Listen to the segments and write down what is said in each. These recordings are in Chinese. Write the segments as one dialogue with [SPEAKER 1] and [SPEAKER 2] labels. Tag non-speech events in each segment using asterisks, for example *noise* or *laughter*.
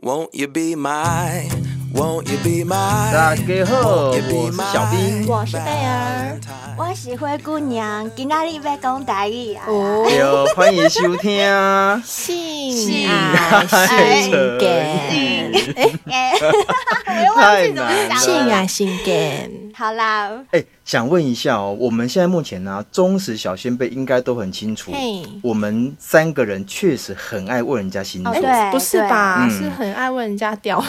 [SPEAKER 1] Won't you be my? Won't you be my?
[SPEAKER 2] 大家好，
[SPEAKER 1] Won't
[SPEAKER 2] 我
[SPEAKER 1] you be
[SPEAKER 2] 是小
[SPEAKER 1] my
[SPEAKER 2] 兵。
[SPEAKER 3] 我是贝儿
[SPEAKER 1] Valentine？
[SPEAKER 4] 我是灰姑娘，今仔日要讲台语啊。
[SPEAKER 3] 哦，
[SPEAKER 2] 对，欢迎收听。
[SPEAKER 3] 性
[SPEAKER 2] 啊
[SPEAKER 3] 爱性感，
[SPEAKER 4] *laughs* 哎我又忘记怎么
[SPEAKER 2] 太
[SPEAKER 4] 讲
[SPEAKER 3] 性
[SPEAKER 4] 了。
[SPEAKER 3] 爱性感，
[SPEAKER 4] 好啦，
[SPEAKER 2] 哎、想问一下哦，我们现在目前呢、忠实小先辈应该都很清楚
[SPEAKER 3] 嘿，
[SPEAKER 2] 我们三个人确实很爱问人家星座。
[SPEAKER 4] 哦对
[SPEAKER 3] 哎不是吧？
[SPEAKER 2] 嗯
[SPEAKER 3] 是很爱问人家屌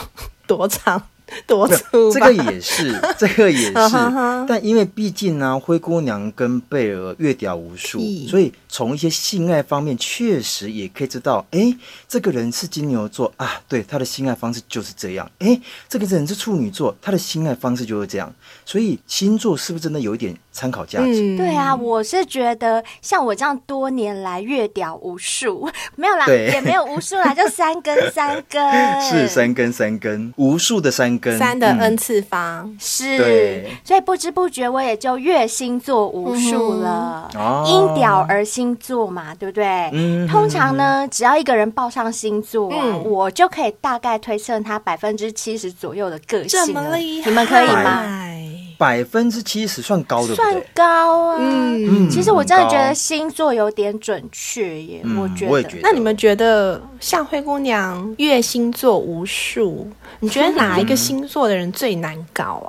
[SPEAKER 3] 多长 *laughs* 多
[SPEAKER 2] 没
[SPEAKER 4] *laughs*
[SPEAKER 3] 粗
[SPEAKER 2] 有
[SPEAKER 3] 吧？
[SPEAKER 2] 这个也是，这个也
[SPEAKER 4] 啊
[SPEAKER 3] 嗯
[SPEAKER 2] 是
[SPEAKER 3] 哼哼，
[SPEAKER 2] 但因为毕竟呢、灰姑娘跟贝尔越屌无数，
[SPEAKER 3] 咦
[SPEAKER 2] 所以从一些性爱方面，确实也可以知道，哎、这个人是金牛座啊，对，他的性爱方式就是这样，哎、这个人是处女座，他的性爱方式就是这样，所以星座是不是真的有一点参考价值？
[SPEAKER 3] 嗯
[SPEAKER 4] 对啊，，我是觉得像我这样多年来越屌无数， *laughs* 没有啦，
[SPEAKER 2] 对
[SPEAKER 4] 也没有无数啦，就三根三 *laughs* 根，
[SPEAKER 2] 是三根三根，无数的三根，
[SPEAKER 3] 三的
[SPEAKER 2] 嗯
[SPEAKER 3] n 次方，
[SPEAKER 4] 是
[SPEAKER 2] 对，
[SPEAKER 4] 所以不知不觉我也就月星座无数了
[SPEAKER 2] 嗯哼哦，
[SPEAKER 4] 因屌而星座嘛，对不对？
[SPEAKER 2] 嗯
[SPEAKER 4] 通常呢，只要一个人报上星座啊、
[SPEAKER 3] 嗯
[SPEAKER 4] 我就可以大概推测他百分之七十左右的个性
[SPEAKER 3] 这
[SPEAKER 4] 了。
[SPEAKER 3] 么厉害，
[SPEAKER 4] 你们可以
[SPEAKER 2] 哎
[SPEAKER 4] 吗？
[SPEAKER 3] 吗？
[SPEAKER 2] 百分之七十算高，对不
[SPEAKER 4] 算
[SPEAKER 2] 对？
[SPEAKER 4] 高啊、
[SPEAKER 3] 嗯，
[SPEAKER 4] 其实我真的觉
[SPEAKER 2] 很
[SPEAKER 4] 得
[SPEAKER 2] 高
[SPEAKER 4] 星座有点准确耶，
[SPEAKER 2] 嗯
[SPEAKER 4] 我觉得。
[SPEAKER 2] 我也觉得
[SPEAKER 3] 那你们觉得像灰姑娘月星座无数，你觉得哪一个星座的人最难搞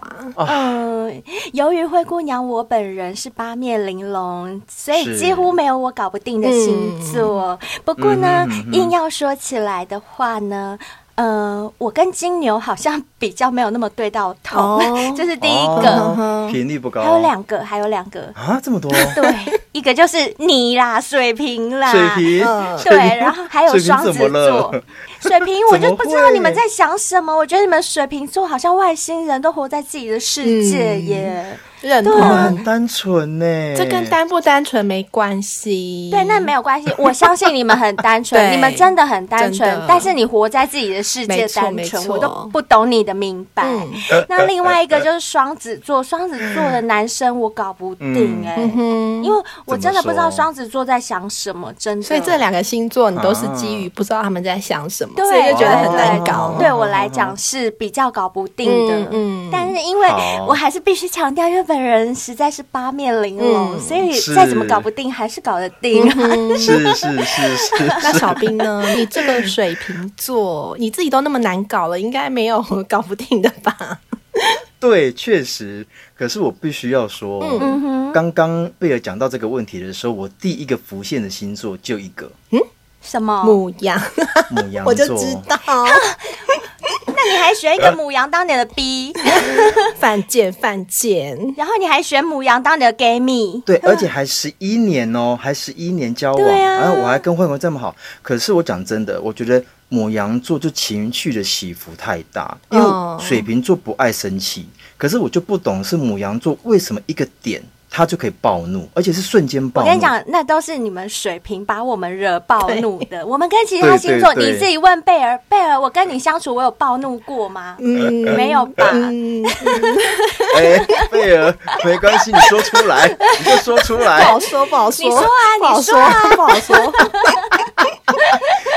[SPEAKER 2] *laughs*
[SPEAKER 3] 啊？
[SPEAKER 4] 嗯，由于灰姑娘我本人是八面玲珑，所以
[SPEAKER 2] 是
[SPEAKER 4] 几乎没有我搞不定的星座。不过呢
[SPEAKER 2] 嗯哼嗯，哼
[SPEAKER 4] 硬要说起来的话呢。呃，我跟金牛好像比较没有那么对到头，
[SPEAKER 3] 哦
[SPEAKER 4] *laughs* 这是第一
[SPEAKER 3] 哦
[SPEAKER 4] 个，
[SPEAKER 2] 哦频率不高，
[SPEAKER 4] 还有两个，还有两个，
[SPEAKER 2] 啊，这么多，
[SPEAKER 4] 对，一个就是你啦，水瓶啦，
[SPEAKER 2] 水瓶， *laughs*
[SPEAKER 3] 嗯
[SPEAKER 2] 水
[SPEAKER 4] 对，
[SPEAKER 2] 瓶
[SPEAKER 4] 然后还有
[SPEAKER 2] 水瓶
[SPEAKER 4] 双子
[SPEAKER 2] 怎么了
[SPEAKER 4] 座，水瓶，我
[SPEAKER 2] 怎
[SPEAKER 4] 就
[SPEAKER 2] 么
[SPEAKER 4] 不知道
[SPEAKER 2] 会
[SPEAKER 4] 你们在想什么。我觉得你们水瓶座好像外星人都活在自己的世界
[SPEAKER 3] 嗯
[SPEAKER 4] 耶。
[SPEAKER 3] 认
[SPEAKER 4] 对
[SPEAKER 2] 哦，
[SPEAKER 4] 啊
[SPEAKER 3] 同。
[SPEAKER 2] 很单纯呢。
[SPEAKER 3] 这跟单不单纯没关系。
[SPEAKER 4] 对，那没有关系，我相信你们很单纯，
[SPEAKER 3] 嗯 *laughs* 对
[SPEAKER 4] 你们真的很单
[SPEAKER 3] 真
[SPEAKER 4] 纯
[SPEAKER 3] 的，
[SPEAKER 4] 但是你活在自己的世界
[SPEAKER 3] 没错
[SPEAKER 4] 单
[SPEAKER 3] 没
[SPEAKER 4] 纯，
[SPEAKER 3] 错
[SPEAKER 4] 我都不懂你的明白。
[SPEAKER 3] 嗯
[SPEAKER 4] 那另外一个就是双子座，双子座的男生我搞不定哎、
[SPEAKER 3] 嗯哼，
[SPEAKER 4] 因为我真的
[SPEAKER 2] 怎么说
[SPEAKER 4] 不知道双子座在想什么，真的。
[SPEAKER 3] 所以这两个星座你都是
[SPEAKER 2] 啊
[SPEAKER 3] 基于不知道他们在想什么，所以就觉得很难搞。
[SPEAKER 4] 对我来讲是比较搞不定的，
[SPEAKER 3] 嗯嗯
[SPEAKER 4] 但是因为
[SPEAKER 2] 好
[SPEAKER 4] 我还是必须强调，日本人实在是八面玲珑，
[SPEAKER 3] 嗯
[SPEAKER 4] 所以
[SPEAKER 2] 是
[SPEAKER 4] 再怎么搞不定还是搞得定。
[SPEAKER 2] 是是是是，
[SPEAKER 4] *laughs*
[SPEAKER 3] 那小兵呢？你这个水瓶座，你自己都那么难搞了，应该没有 *laughs* 搞不定的吧？
[SPEAKER 2] 对，确实。可是我必须要说，哦
[SPEAKER 4] 嗯哼，
[SPEAKER 2] 刚刚贝尔讲到这个问题的时候，我第一个浮现的星座就一个
[SPEAKER 4] *laughs* 什么？
[SPEAKER 3] 母羊，
[SPEAKER 2] 母羊
[SPEAKER 3] 我就
[SPEAKER 2] 座。
[SPEAKER 3] 知道，
[SPEAKER 4] 那你还选一
[SPEAKER 2] 呃
[SPEAKER 4] 个母羊当你的 B，
[SPEAKER 3] 犯贱犯贱。
[SPEAKER 4] 然后你还选母羊当你的 gay 蜜，
[SPEAKER 3] *laughs*
[SPEAKER 2] 对，而且还十一年哦，还十一年交往，
[SPEAKER 4] 对啊
[SPEAKER 2] 然后我还跟慧文这么好。可是我讲真的，我觉得母羊座就情绪的起伏太大，因
[SPEAKER 3] 哦
[SPEAKER 2] 为水瓶座不爱生气，可是我就不懂是母羊座为什么一个点他就可以暴怒，而且是瞬间暴
[SPEAKER 4] 我
[SPEAKER 2] 怒。
[SPEAKER 4] 跟你讲，那都是你们水瓶把我们惹暴怒的。我们跟其他
[SPEAKER 2] 对对
[SPEAKER 4] 星座，
[SPEAKER 2] 对
[SPEAKER 4] 你自己问贝尔，贝尔，我跟你相处，我有暴怒
[SPEAKER 2] *laughs*
[SPEAKER 4] 过吗？
[SPEAKER 3] 嗯
[SPEAKER 4] 没有吧？
[SPEAKER 3] 嗯，
[SPEAKER 2] 哎，贝
[SPEAKER 3] *laughs*
[SPEAKER 2] 尔，没关系，你说出来，你就说出
[SPEAKER 3] 不
[SPEAKER 2] 来
[SPEAKER 3] 好，说，不好说。
[SPEAKER 4] 你说啊
[SPEAKER 3] 不好
[SPEAKER 4] 你说啊
[SPEAKER 3] 不好说。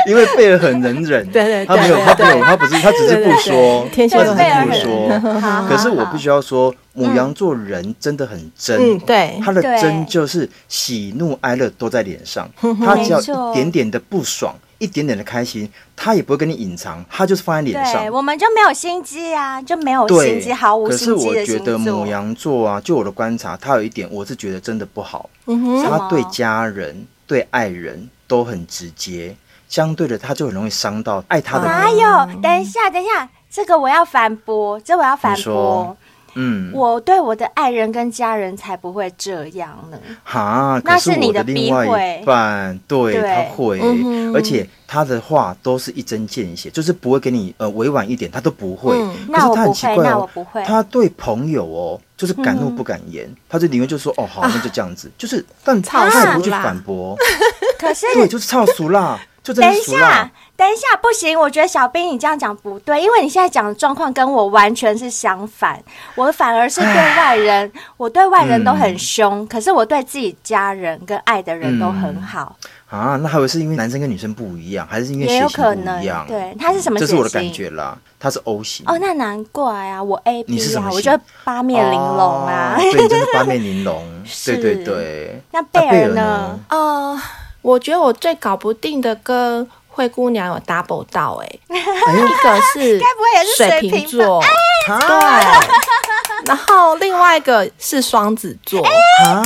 [SPEAKER 2] 因为贝尔很能忍，
[SPEAKER 3] 对对对
[SPEAKER 2] 他没有，
[SPEAKER 3] 对
[SPEAKER 2] 他
[SPEAKER 3] 对
[SPEAKER 2] 没有，他不是，他只是
[SPEAKER 3] 对对
[SPEAKER 2] 不
[SPEAKER 3] 对
[SPEAKER 2] 说，
[SPEAKER 3] 天蝎
[SPEAKER 2] 他
[SPEAKER 3] 座
[SPEAKER 2] 只是
[SPEAKER 4] 很
[SPEAKER 2] 不
[SPEAKER 4] 能
[SPEAKER 2] 说。
[SPEAKER 4] 好
[SPEAKER 2] 可是我必须要说，母
[SPEAKER 4] 嗯
[SPEAKER 2] 羊座人真的很真，
[SPEAKER 3] 嗯，对，
[SPEAKER 2] 他的
[SPEAKER 4] 对
[SPEAKER 2] 真就是喜怒哀乐都在脸上，他
[SPEAKER 4] 没
[SPEAKER 2] 只要
[SPEAKER 4] 错
[SPEAKER 2] 一点点的不爽，一点点的开心，他也不会跟你隐藏，他就是放在脸上
[SPEAKER 4] 对，。我们就没有心机啊，就没有
[SPEAKER 2] 对
[SPEAKER 4] 心机，毫，无
[SPEAKER 2] 可是
[SPEAKER 4] 心机
[SPEAKER 2] 我
[SPEAKER 4] 的
[SPEAKER 2] 觉
[SPEAKER 4] 星
[SPEAKER 2] 得母
[SPEAKER 4] 座。
[SPEAKER 2] 羊座啊，就我的观察，他有一点我是觉得真的不好，
[SPEAKER 3] 嗯哼，
[SPEAKER 4] 什
[SPEAKER 2] 他
[SPEAKER 4] 么
[SPEAKER 2] 对家人、对爱人都很直接，相对的他就很容易伤到爱他的
[SPEAKER 4] 哪
[SPEAKER 2] 人。
[SPEAKER 4] 有？哎等一下，等一下，这个我要反驳，这我要反
[SPEAKER 2] 你
[SPEAKER 4] 驳
[SPEAKER 2] 说。嗯，
[SPEAKER 4] 我对我的爱人跟家人才不会这样呢。
[SPEAKER 2] 哈，
[SPEAKER 4] 那
[SPEAKER 2] 可是
[SPEAKER 4] 是你
[SPEAKER 2] 我
[SPEAKER 4] 的逼
[SPEAKER 2] 另外
[SPEAKER 4] 会
[SPEAKER 2] 一半，对
[SPEAKER 4] 对
[SPEAKER 2] 他会
[SPEAKER 3] 嗯哼，
[SPEAKER 2] 而且他的话都是一针见血，就是不会给你呃委婉一点，他都不会。
[SPEAKER 3] 嗯
[SPEAKER 2] 可
[SPEAKER 4] 那
[SPEAKER 2] 是
[SPEAKER 4] 我
[SPEAKER 2] 他很
[SPEAKER 4] 不
[SPEAKER 2] 奇
[SPEAKER 4] 会，
[SPEAKER 2] 怪
[SPEAKER 4] 那我
[SPEAKER 2] 哦，
[SPEAKER 4] 不会。
[SPEAKER 2] 他对朋友哦，就是敢怒
[SPEAKER 4] 嗯
[SPEAKER 2] 不敢言，他就宁愿就说哦好，那就这样子，就是但
[SPEAKER 3] 操
[SPEAKER 2] 他也不
[SPEAKER 3] 俗
[SPEAKER 2] 去
[SPEAKER 3] 啦
[SPEAKER 2] 反驳，
[SPEAKER 4] 可是
[SPEAKER 2] *laughs* 对，就是操俗啦，就真
[SPEAKER 4] 等
[SPEAKER 2] 是
[SPEAKER 4] 一
[SPEAKER 2] 俗啦
[SPEAKER 4] 下。，等一下，不行，我觉得小兵你这样讲不对，因为你现在讲的状况跟我完全是相反，我反而是对外人，
[SPEAKER 2] 嗯
[SPEAKER 4] 我对外人都很凶，可是我对自己家人跟爱的人都很好。
[SPEAKER 2] 啊，那还有是因为男生跟女生不一样，还是因为
[SPEAKER 4] 也
[SPEAKER 2] 血
[SPEAKER 4] 有
[SPEAKER 2] 型
[SPEAKER 4] 可
[SPEAKER 2] 不
[SPEAKER 4] 能
[SPEAKER 2] 一样？，
[SPEAKER 4] 对，他是什么？
[SPEAKER 2] 这是我的感。觉啦。他是 O 型
[SPEAKER 4] 哦，那难怪啊，我 A
[SPEAKER 2] 你是
[SPEAKER 4] B
[SPEAKER 2] 什
[SPEAKER 4] 啊
[SPEAKER 2] 么，
[SPEAKER 4] 我
[SPEAKER 2] 型
[SPEAKER 4] 就八面玲珑啊，
[SPEAKER 2] 哦。对，你真是八面玲珑
[SPEAKER 4] *laughs*
[SPEAKER 2] 对
[SPEAKER 4] 是
[SPEAKER 2] 对对。
[SPEAKER 4] *laughs* 那啊
[SPEAKER 2] 那
[SPEAKER 4] 贝
[SPEAKER 2] 啊贝尔
[SPEAKER 4] 尔呢
[SPEAKER 2] 呢？
[SPEAKER 3] 呃，我觉得我最搞不定的跟灰姑娘有 double 到哎、
[SPEAKER 4] *laughs*
[SPEAKER 2] 哎呦
[SPEAKER 3] 一个是
[SPEAKER 4] 该不会也是水
[SPEAKER 3] 水
[SPEAKER 4] 瓶哎
[SPEAKER 3] 瓶
[SPEAKER 4] 吧
[SPEAKER 3] 座，
[SPEAKER 2] 啊
[SPEAKER 4] *laughs*
[SPEAKER 3] 对，然后另外一个是双子座，
[SPEAKER 4] 哎
[SPEAKER 2] 啊！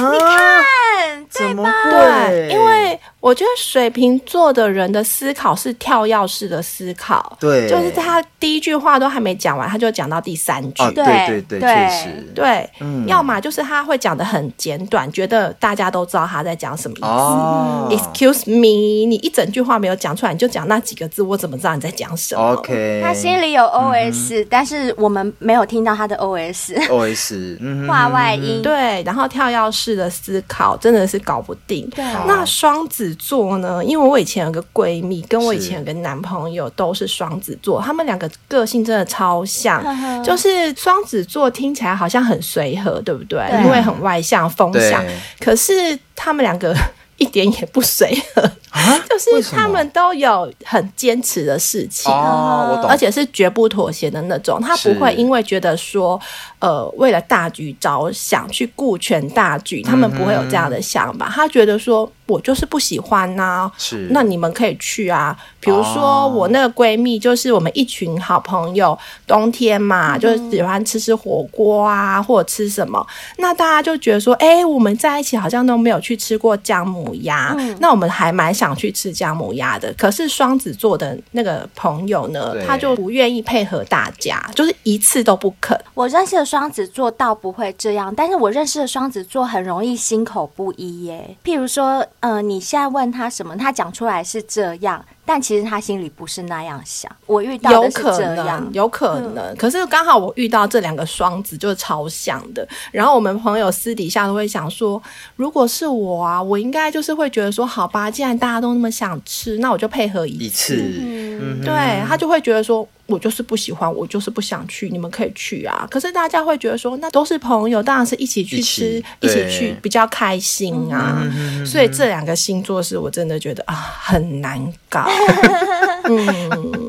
[SPEAKER 4] 嗯，
[SPEAKER 2] 怎么会
[SPEAKER 3] 对，？因为我觉得水瓶座的人的思考是跳跃式的思考，
[SPEAKER 2] 对
[SPEAKER 3] 就是他第一句话都还没讲完，他就讲到第三句。
[SPEAKER 2] 哦，
[SPEAKER 4] 对
[SPEAKER 2] 对对对，
[SPEAKER 4] 对
[SPEAKER 2] 确实。
[SPEAKER 3] 对，
[SPEAKER 2] 嗯
[SPEAKER 3] 要么就是他会讲的很简短，觉得大家都知道他在讲什么意思。
[SPEAKER 2] 哦
[SPEAKER 3] Excuse me，你一整句话没有讲出来，你就讲那几个字，我怎么知道你在讲什么
[SPEAKER 2] OK，
[SPEAKER 4] 他心里有
[SPEAKER 2] 嗯
[SPEAKER 4] OS，但是我们没有听到他的 OS，
[SPEAKER 2] OS，嗯哼，
[SPEAKER 4] 话外音。
[SPEAKER 3] 对，然后跳跃式的思考真的是搞不定。
[SPEAKER 4] 对啊
[SPEAKER 3] 那双子座呢？因为我以前有个闺蜜，跟我以
[SPEAKER 2] 是
[SPEAKER 3] 前有个男朋友都是双子座，他们两个个性真的超像
[SPEAKER 4] 呵。呵
[SPEAKER 3] 就是双子座听起来好像很随和，对不对？
[SPEAKER 4] 对
[SPEAKER 3] 因为很外向、风
[SPEAKER 2] 嗯对
[SPEAKER 3] 向，可是他们两个一点也不随和，
[SPEAKER 2] 啊
[SPEAKER 3] 就是
[SPEAKER 2] 为什么
[SPEAKER 3] 他们都有很坚持的事情。
[SPEAKER 2] 哦，我懂，
[SPEAKER 3] 而且是绝不妥协的那种，他不
[SPEAKER 2] 是
[SPEAKER 3] 会因为觉得说，呃，为了大局着想去顾全大局，他们不会有这样的想法。他觉得说我就是不喜欢啊呐、
[SPEAKER 2] 是
[SPEAKER 3] 那你们可以去啊。比如说
[SPEAKER 2] 哦
[SPEAKER 3] 我那个闺蜜，就是我们一群好朋友，冬天
[SPEAKER 2] 嗯
[SPEAKER 3] 嘛，就是喜欢吃吃火锅啊，或者吃什么，那大家就觉得说，哎、我们在一起好像都没有去吃过姜母鸭，
[SPEAKER 2] 嗯
[SPEAKER 3] 那我们还蛮想去吃姜母鸭的。可是双子座的那个朋友呢
[SPEAKER 2] 对，
[SPEAKER 3] 他就不愿意配合大家，就是一次都不肯。
[SPEAKER 4] 我认识的双子座倒不会这样，但是我认识的双子座很容易心口不一耶。譬如说，呃，你现在问他什么，他讲出来是这样，但其实他心里不是那样想。我遇到
[SPEAKER 3] 有
[SPEAKER 4] 的是
[SPEAKER 3] 可
[SPEAKER 4] 这
[SPEAKER 3] 能
[SPEAKER 4] 样，，嗯
[SPEAKER 3] 有可能。可是刚好我遇到这两个双子，就是超像的。然后我们朋友私底下都会想说，如果是我啊，我应该就是会觉得说，好吧，既然大家都那么想吃，那我就配合
[SPEAKER 2] 一
[SPEAKER 3] 一
[SPEAKER 2] 次，嗯哼，
[SPEAKER 3] 对他就会觉得说，我就是不喜欢，我就是不想去，你们可以去啊。可是大家会觉得说，那都是朋友，当然是一起去
[SPEAKER 2] 一起
[SPEAKER 3] 吃，一
[SPEAKER 2] 对嗯
[SPEAKER 3] 起去比较开心啊。所以这两个星座是我真的觉得啊很难
[SPEAKER 4] *laughs*
[SPEAKER 3] 搞。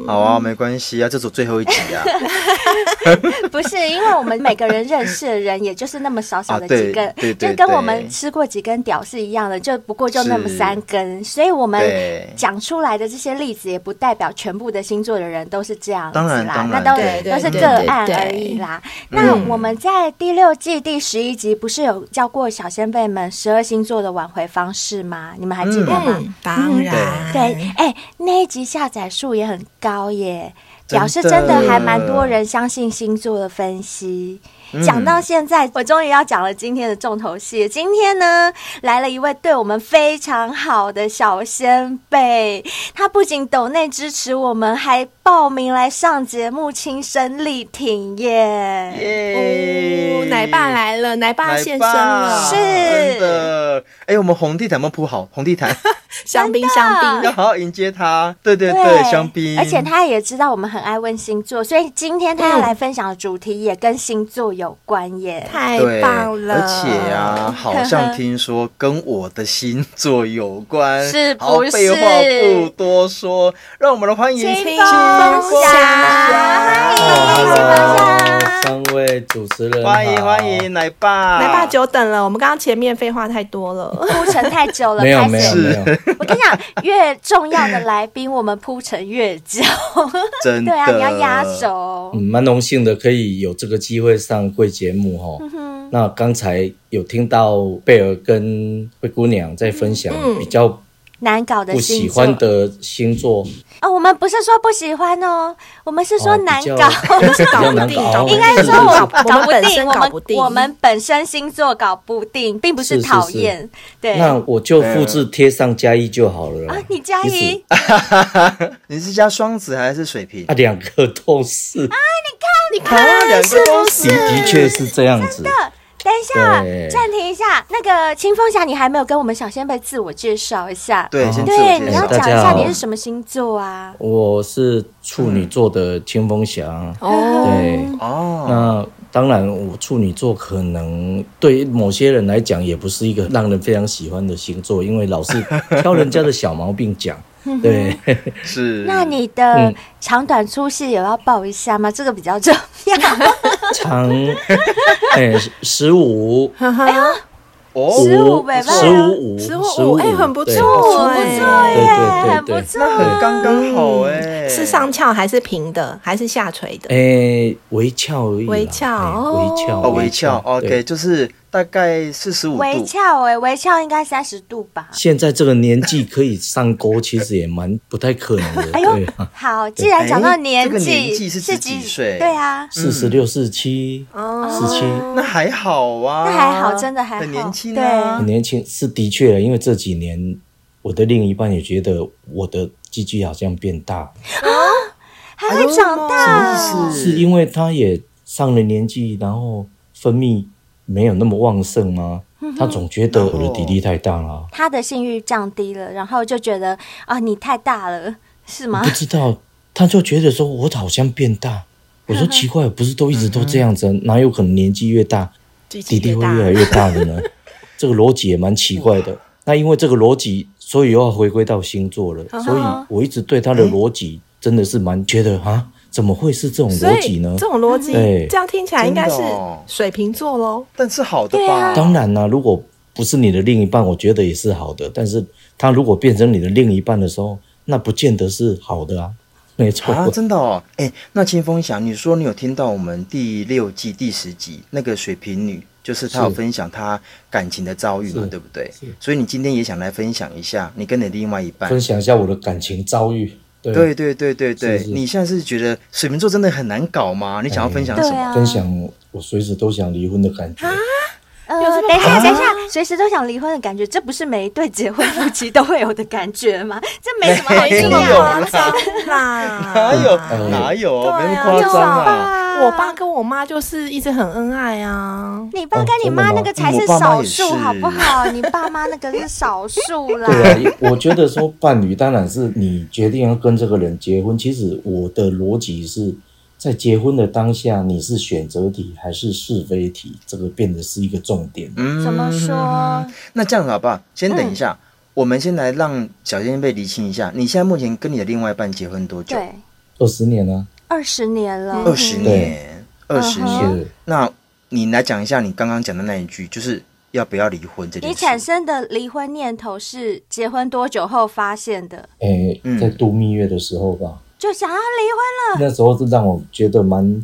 [SPEAKER 2] 好啊，没关系啊，这是我最后一集啊，
[SPEAKER 4] *laughs* 不是因为我们每个人认识的人也就是那么少少的
[SPEAKER 2] 啊 *laughs* 对
[SPEAKER 4] 几根，
[SPEAKER 2] 对对
[SPEAKER 4] 就跟我们
[SPEAKER 2] 对
[SPEAKER 4] 吃过几根屌是一样的，就不过就那么
[SPEAKER 2] 是
[SPEAKER 4] 三根，所以我们
[SPEAKER 2] 对
[SPEAKER 4] 讲出来的这些例子也不代表全部的星座的人都是这样子啦，
[SPEAKER 2] 当然当然
[SPEAKER 4] 那都
[SPEAKER 2] 对嗯
[SPEAKER 4] 都是
[SPEAKER 3] 对
[SPEAKER 4] 个
[SPEAKER 3] 对
[SPEAKER 4] 案
[SPEAKER 3] 对
[SPEAKER 4] 而已啦。那我们在第六季第十一集不是有教过小先辈们十二星座的挽回方式吗？你们还记得吗？
[SPEAKER 3] 嗯，当然，
[SPEAKER 4] 对，哎、那一集下载数也很高耶，
[SPEAKER 2] 真的
[SPEAKER 4] 表示真的还蛮多人相信星座的分析。
[SPEAKER 2] 嗯
[SPEAKER 4] 讲到现在，我终于要讲了今天的重头戏。今天呢，来了一位对我们非常好的小先辈，他不仅抖内支持我们，还报名来上节目亲身力挺耶。
[SPEAKER 2] 耶
[SPEAKER 3] 哦奶爸
[SPEAKER 2] 哎
[SPEAKER 3] 来了，奶爸现身了，
[SPEAKER 4] 是
[SPEAKER 2] 真的。哎，我们红地毯有没有铺好？红地毯
[SPEAKER 3] 香槟
[SPEAKER 4] 真的
[SPEAKER 3] 香槟
[SPEAKER 2] 要。好好迎接他。对对对，香槟，
[SPEAKER 4] 而且他也知道我们很爱问星座，所以今天他要来分享的主题也跟星座有关耶。
[SPEAKER 3] 太
[SPEAKER 2] 对，
[SPEAKER 3] 棒了！
[SPEAKER 2] 而且啊，好像听说跟我的星座有关，
[SPEAKER 4] 是不
[SPEAKER 2] 好废
[SPEAKER 4] 是
[SPEAKER 2] 话不多说，让我们来欢迎
[SPEAKER 4] 清
[SPEAKER 2] 清
[SPEAKER 4] 风
[SPEAKER 2] 风
[SPEAKER 4] 侠欢迎清风侠
[SPEAKER 2] Hello，
[SPEAKER 5] 三位主持人好，
[SPEAKER 2] 欢迎欢迎奶爸，
[SPEAKER 3] 奶爸久等了，我们刚刚前面废话太多了。
[SPEAKER 4] 铺陈太久了，
[SPEAKER 5] 没有
[SPEAKER 4] 开
[SPEAKER 5] 没有
[SPEAKER 4] 始。
[SPEAKER 5] 没有，
[SPEAKER 4] 我跟你讲，越重要的来宾，我们铺陈越
[SPEAKER 5] *laughs*
[SPEAKER 4] 久。
[SPEAKER 2] 真的，
[SPEAKER 4] 对啊，你要压轴
[SPEAKER 5] 嗯，。蛮荣幸的可以有这个机会上贵节目哈、那刚才有听到贝尔跟灰姑娘在分享
[SPEAKER 3] 嗯
[SPEAKER 5] 比较
[SPEAKER 4] 难搞的
[SPEAKER 5] 不
[SPEAKER 4] 星
[SPEAKER 5] 喜
[SPEAKER 4] 座
[SPEAKER 5] 欢的星座，
[SPEAKER 4] 哦，我们不是说不喜欢哦，我们是说
[SPEAKER 5] 哦
[SPEAKER 4] 难
[SPEAKER 5] 比较 *laughs* 哦
[SPEAKER 4] 搞。
[SPEAKER 5] 比较
[SPEAKER 3] 搞不
[SPEAKER 5] 难
[SPEAKER 3] 定
[SPEAKER 5] 搞，
[SPEAKER 4] 应该说我
[SPEAKER 3] 我们
[SPEAKER 4] 搞不
[SPEAKER 3] 本
[SPEAKER 4] 定，
[SPEAKER 3] 身
[SPEAKER 4] 我
[SPEAKER 3] 搞
[SPEAKER 4] 们
[SPEAKER 3] 不定
[SPEAKER 4] 我们本身星座搞不定，并不是
[SPEAKER 5] 是是
[SPEAKER 4] 讨厌。对
[SPEAKER 5] 那
[SPEAKER 4] 啊，
[SPEAKER 5] 我就复制贴上加一就好了啦
[SPEAKER 4] 你加
[SPEAKER 5] 其实
[SPEAKER 4] 一，
[SPEAKER 2] 你是加双子还是水瓶
[SPEAKER 5] 啊，？两个都是，
[SPEAKER 2] 啊，两个都
[SPEAKER 5] 的 *laughs* 的确是这样子。
[SPEAKER 4] 等一下
[SPEAKER 5] 对，
[SPEAKER 4] 暂停一下。那个清风侠，你还没有跟我们小先辈自我介绍一下。
[SPEAKER 2] 对，先自
[SPEAKER 4] 对，
[SPEAKER 2] 我介
[SPEAKER 4] 你
[SPEAKER 5] 哎
[SPEAKER 4] 要
[SPEAKER 2] 绍
[SPEAKER 5] 大
[SPEAKER 4] 讲
[SPEAKER 5] 家
[SPEAKER 4] 一下
[SPEAKER 5] 好
[SPEAKER 4] 你是什么星座啊？
[SPEAKER 5] 我是处女座的清风侠，
[SPEAKER 3] 哦
[SPEAKER 5] 对，
[SPEAKER 2] 哦，
[SPEAKER 5] 那当然，我处女座可能对某些人来讲也不是一个让人非常喜欢的星座，因为老是挑人家的小毛病
[SPEAKER 3] *laughs*
[SPEAKER 5] 讲。对，
[SPEAKER 2] 是。
[SPEAKER 4] 那你的
[SPEAKER 5] 嗯
[SPEAKER 4] 长短粗细也要报一下吗？这个比较重
[SPEAKER 5] *laughs*
[SPEAKER 4] 要。
[SPEAKER 5] 长， *laughs* 哎、十五，
[SPEAKER 3] 哈
[SPEAKER 4] 哎
[SPEAKER 3] 哈，
[SPEAKER 2] 哦，
[SPEAKER 4] 十五
[SPEAKER 5] 五
[SPEAKER 4] 呗，
[SPEAKER 5] 十五五，
[SPEAKER 3] 十五
[SPEAKER 5] 五，
[SPEAKER 3] 哎很不
[SPEAKER 5] 对
[SPEAKER 3] 错
[SPEAKER 4] 很不
[SPEAKER 3] 哎
[SPEAKER 4] 错耶，
[SPEAKER 5] 对
[SPEAKER 4] 很
[SPEAKER 5] 对对对
[SPEAKER 4] 不错。
[SPEAKER 2] 那很刚刚好哎、
[SPEAKER 3] 是上翘还是平的，还是下垂的？
[SPEAKER 5] 诶，哎微翘而已啦，
[SPEAKER 3] 微翘
[SPEAKER 5] 哎
[SPEAKER 3] 哦
[SPEAKER 5] 微翘，
[SPEAKER 2] 哦微翘，OK，
[SPEAKER 5] 对
[SPEAKER 2] 就是大概四十五
[SPEAKER 4] 微
[SPEAKER 2] 度。
[SPEAKER 4] 翘哎，微翘应该三十度吧？
[SPEAKER 5] 现在这个年纪可以上钩，其实也蛮不太可能
[SPEAKER 3] *laughs*
[SPEAKER 5] 的。
[SPEAKER 4] 哎呦
[SPEAKER 5] 对啊，
[SPEAKER 4] 好，既然讲到
[SPEAKER 2] 哎这个年
[SPEAKER 4] 纪，
[SPEAKER 2] 纪是指
[SPEAKER 4] 几
[SPEAKER 2] 几岁
[SPEAKER 4] 对啊，
[SPEAKER 5] 四十六、四七、
[SPEAKER 4] 哎
[SPEAKER 3] 哦
[SPEAKER 5] 四七，
[SPEAKER 2] 那还好啊，
[SPEAKER 4] 那还好，真的还好，
[SPEAKER 2] 很年轻啊
[SPEAKER 5] 很
[SPEAKER 4] 对，
[SPEAKER 5] 年轻是的确，因为这几年我的另一半也觉得我的鸡鸡好像变大，
[SPEAKER 4] 还会长大，
[SPEAKER 2] 什么意思？
[SPEAKER 5] 是因为他也上了年纪，然后分泌没有那么旺盛吗？他总觉得我的体力太大了，
[SPEAKER 4] 他的性欲降低了，然后就觉得啊，你太大了，是
[SPEAKER 5] 我
[SPEAKER 4] 吗
[SPEAKER 5] 不？知道，他就觉得说我好像变大。我说奇怪，不是都一直都这样子，哪有可能年纪越大
[SPEAKER 3] 弟
[SPEAKER 5] 弟弟会越来越大的呢？这个逻辑也蛮奇怪的。那因为这个逻辑，所以又要回归到星座了。所以我一直对他的逻辑真的是蛮觉得啊，怎么会是这种
[SPEAKER 3] 所
[SPEAKER 5] 逻辑
[SPEAKER 3] 以
[SPEAKER 5] 呢
[SPEAKER 3] 这？种逻辑
[SPEAKER 5] 对，
[SPEAKER 3] 这样听起来应该是
[SPEAKER 2] 真的哦
[SPEAKER 3] 水瓶
[SPEAKER 4] *laughs*
[SPEAKER 3] 座喽。
[SPEAKER 2] 但是好的
[SPEAKER 4] 对
[SPEAKER 2] 吧？
[SPEAKER 4] 啊
[SPEAKER 5] 当然啦、如果不是你的另一半，我觉得也是好的。但是他如果变成你的另一半的时候，那不见得是好的啊。没错，
[SPEAKER 2] 啊，真的哦，哎、那清风想，你说你有听到我们第六季第十集那个水瓶女，就是她有
[SPEAKER 5] 是
[SPEAKER 2] 分享她感情的遭遇嘛，
[SPEAKER 5] 是
[SPEAKER 2] 对不对？所以你今天也想来分享一下你跟你另外一半
[SPEAKER 5] *laughs* 分。享一下我的感情遭遇。哎对，
[SPEAKER 2] 对对对对对，
[SPEAKER 5] 是是
[SPEAKER 2] 你现在是觉得水瓶座真的很难搞吗？你想要分享
[SPEAKER 4] 对
[SPEAKER 2] 什么？
[SPEAKER 4] 啊，
[SPEAKER 5] 分享我随时都想离婚的感觉。
[SPEAKER 4] 呃，
[SPEAKER 3] 有这么
[SPEAKER 4] 等一下，等一下，随时都想离婚的感觉，这不是每一对结婚夫妻都会有的感觉吗？这没什么好啊
[SPEAKER 2] 没
[SPEAKER 4] 惊
[SPEAKER 2] 有
[SPEAKER 4] 讶的。
[SPEAKER 3] 夸张啦，
[SPEAKER 4] 啊
[SPEAKER 2] 哪有、
[SPEAKER 5] 嗯
[SPEAKER 2] 哎哪有，
[SPEAKER 3] 对啊
[SPEAKER 2] 没那么夸张啊！
[SPEAKER 3] 我爸跟我妈就是一直很恩爱啊。
[SPEAKER 4] 你爸跟你妈那个才是少数，好不好？你爸妈那个是少数啦。
[SPEAKER 5] *laughs* 对啊，我觉得说伴侣当然是你决定要跟这个人结婚。其实我的逻辑是在结婚的当下，你是选择题还是是非题，这个变得是一个重点。
[SPEAKER 2] 嗯
[SPEAKER 4] 怎么说？
[SPEAKER 2] 那这样子好不好？先等一
[SPEAKER 4] 嗯
[SPEAKER 2] 下，我们先来让小先贝厘清一下，你现在目前跟你的另外一半结婚多久？
[SPEAKER 4] 对，
[SPEAKER 5] 二十年啊，
[SPEAKER 4] 二十年了，
[SPEAKER 2] 嗯二十年，二十
[SPEAKER 4] 嗯
[SPEAKER 2] 年。
[SPEAKER 5] 是
[SPEAKER 2] 那你来讲一下你刚刚讲的那一句，就是要不要离婚这
[SPEAKER 4] 你
[SPEAKER 2] 件
[SPEAKER 4] 产
[SPEAKER 2] 事。
[SPEAKER 4] 生的离婚念头是结婚多久后发现的？
[SPEAKER 5] 诶、
[SPEAKER 2] 嗯
[SPEAKER 5] 哎在度蜜月的时候吧，
[SPEAKER 4] 就想要离
[SPEAKER 5] 那时候是让我觉得蛮，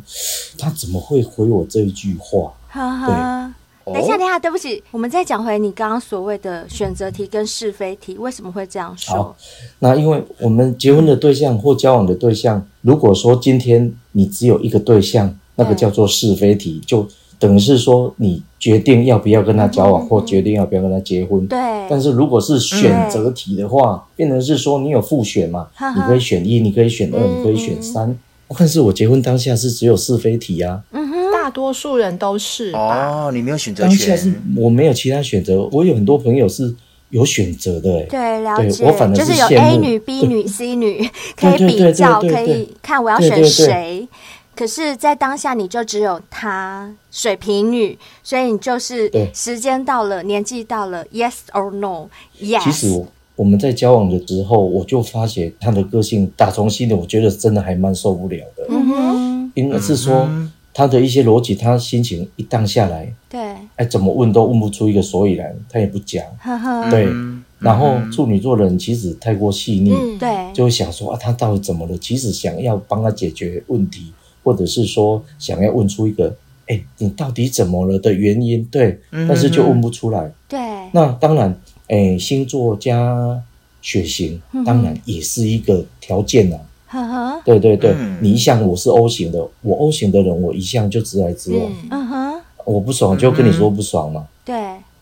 [SPEAKER 5] 他怎么会回我这一句话？
[SPEAKER 4] 婚了，呵呵。
[SPEAKER 2] 哦
[SPEAKER 4] 等一下，等一下，对不起，我们再讲回你刚刚所谓的选择题跟是非题，为什么会这样说
[SPEAKER 5] 好？那因为我们结婚的对象或交往的对象，如果说今天你只有一个对象，那个叫做是非题，就等于是说你决定要不要跟他交往，或决定要不要跟他结婚。
[SPEAKER 4] 嗯对，
[SPEAKER 5] 但是如果是选择题的话，变成是说你有复选嘛
[SPEAKER 4] 嗯哈，哈
[SPEAKER 5] 你可以选一，你可以选二，
[SPEAKER 3] 嗯
[SPEAKER 5] 你可以选三。但是我结婚当下是只有是非题啊，
[SPEAKER 4] 嗯哼，
[SPEAKER 3] 大多数人都是吧？
[SPEAKER 2] 哦，你没有选择
[SPEAKER 5] 当下是
[SPEAKER 2] 权，
[SPEAKER 5] 我没有其他选择。我有很多朋友是有选择的、欸，
[SPEAKER 4] 对，了
[SPEAKER 5] 对
[SPEAKER 4] 解，
[SPEAKER 5] 我反而
[SPEAKER 4] 就是有
[SPEAKER 5] 羡
[SPEAKER 4] A
[SPEAKER 5] 慕
[SPEAKER 4] 女、B 女、C 女，可
[SPEAKER 5] 对
[SPEAKER 4] 以
[SPEAKER 5] 对
[SPEAKER 4] 比
[SPEAKER 5] 对
[SPEAKER 4] 较，
[SPEAKER 5] 对
[SPEAKER 4] 可
[SPEAKER 5] 对
[SPEAKER 4] 以看我要
[SPEAKER 5] 对
[SPEAKER 4] 选
[SPEAKER 5] 对对
[SPEAKER 4] 谁。可是，在当下你就只有她水瓶女，所以你就是
[SPEAKER 5] 对
[SPEAKER 4] 时间到了，年纪到了，yes or no，yes。
[SPEAKER 5] 其实我我们在交往的时候，我就发觉他的个性，打从心里我觉得真的还蛮受不了的。
[SPEAKER 3] 嗯哼，
[SPEAKER 5] 应该是说
[SPEAKER 2] 嗯
[SPEAKER 5] 他的一些逻辑，他心情一荡下来，
[SPEAKER 4] 对，
[SPEAKER 5] 哎，怎么问都问不出一个所以然，他也不讲。
[SPEAKER 4] 呵呵，
[SPEAKER 5] 对
[SPEAKER 2] 嗯，
[SPEAKER 5] 然后处女座的人其实太过细腻，
[SPEAKER 3] 嗯，
[SPEAKER 4] 对，
[SPEAKER 5] 就会想说啊，他到底怎么了？其实想要帮他解决问题，或者是说想要问出一个，哎，你到底怎么了的原因，对，
[SPEAKER 2] 嗯
[SPEAKER 5] 但是就问不出来。
[SPEAKER 4] 对，
[SPEAKER 5] 那当然，诶，星座加血型
[SPEAKER 4] 嗯哼，
[SPEAKER 5] 当然也是一个条件啊。
[SPEAKER 4] 呵呵，
[SPEAKER 5] 对对对，
[SPEAKER 2] 嗯
[SPEAKER 5] 你一向我是 O 型的，我 O 型的人，我一向就直来直往，
[SPEAKER 3] 嗯
[SPEAKER 4] 嗯哼，
[SPEAKER 5] 我不爽就跟你说不爽嘛。
[SPEAKER 4] 对，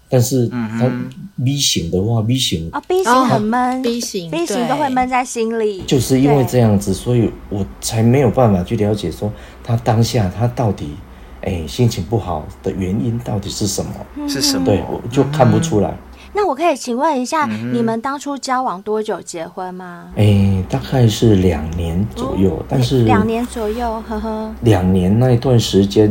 [SPEAKER 5] 但是
[SPEAKER 2] 嗯哼
[SPEAKER 5] 他 V 型的话，V 型
[SPEAKER 4] 啊，B
[SPEAKER 3] 哦
[SPEAKER 4] 型很闷
[SPEAKER 3] ，B 型
[SPEAKER 4] ，B 型都会
[SPEAKER 3] 对
[SPEAKER 4] 闷在心里，
[SPEAKER 5] 就是因为这
[SPEAKER 4] 样，
[SPEAKER 5] 样子，所以我才没有办法去了解说他当下他到底，诶心情不好的原因到底是什么？
[SPEAKER 4] 嗯
[SPEAKER 2] 是什么嗯
[SPEAKER 5] 对，我就看不出来。
[SPEAKER 4] 那我可以请问一下，你们当初交往多久结婚吗？
[SPEAKER 5] 哎，大概是两年左右，但是
[SPEAKER 4] 哦两年左右，呵呵。
[SPEAKER 5] 两年那一段时间，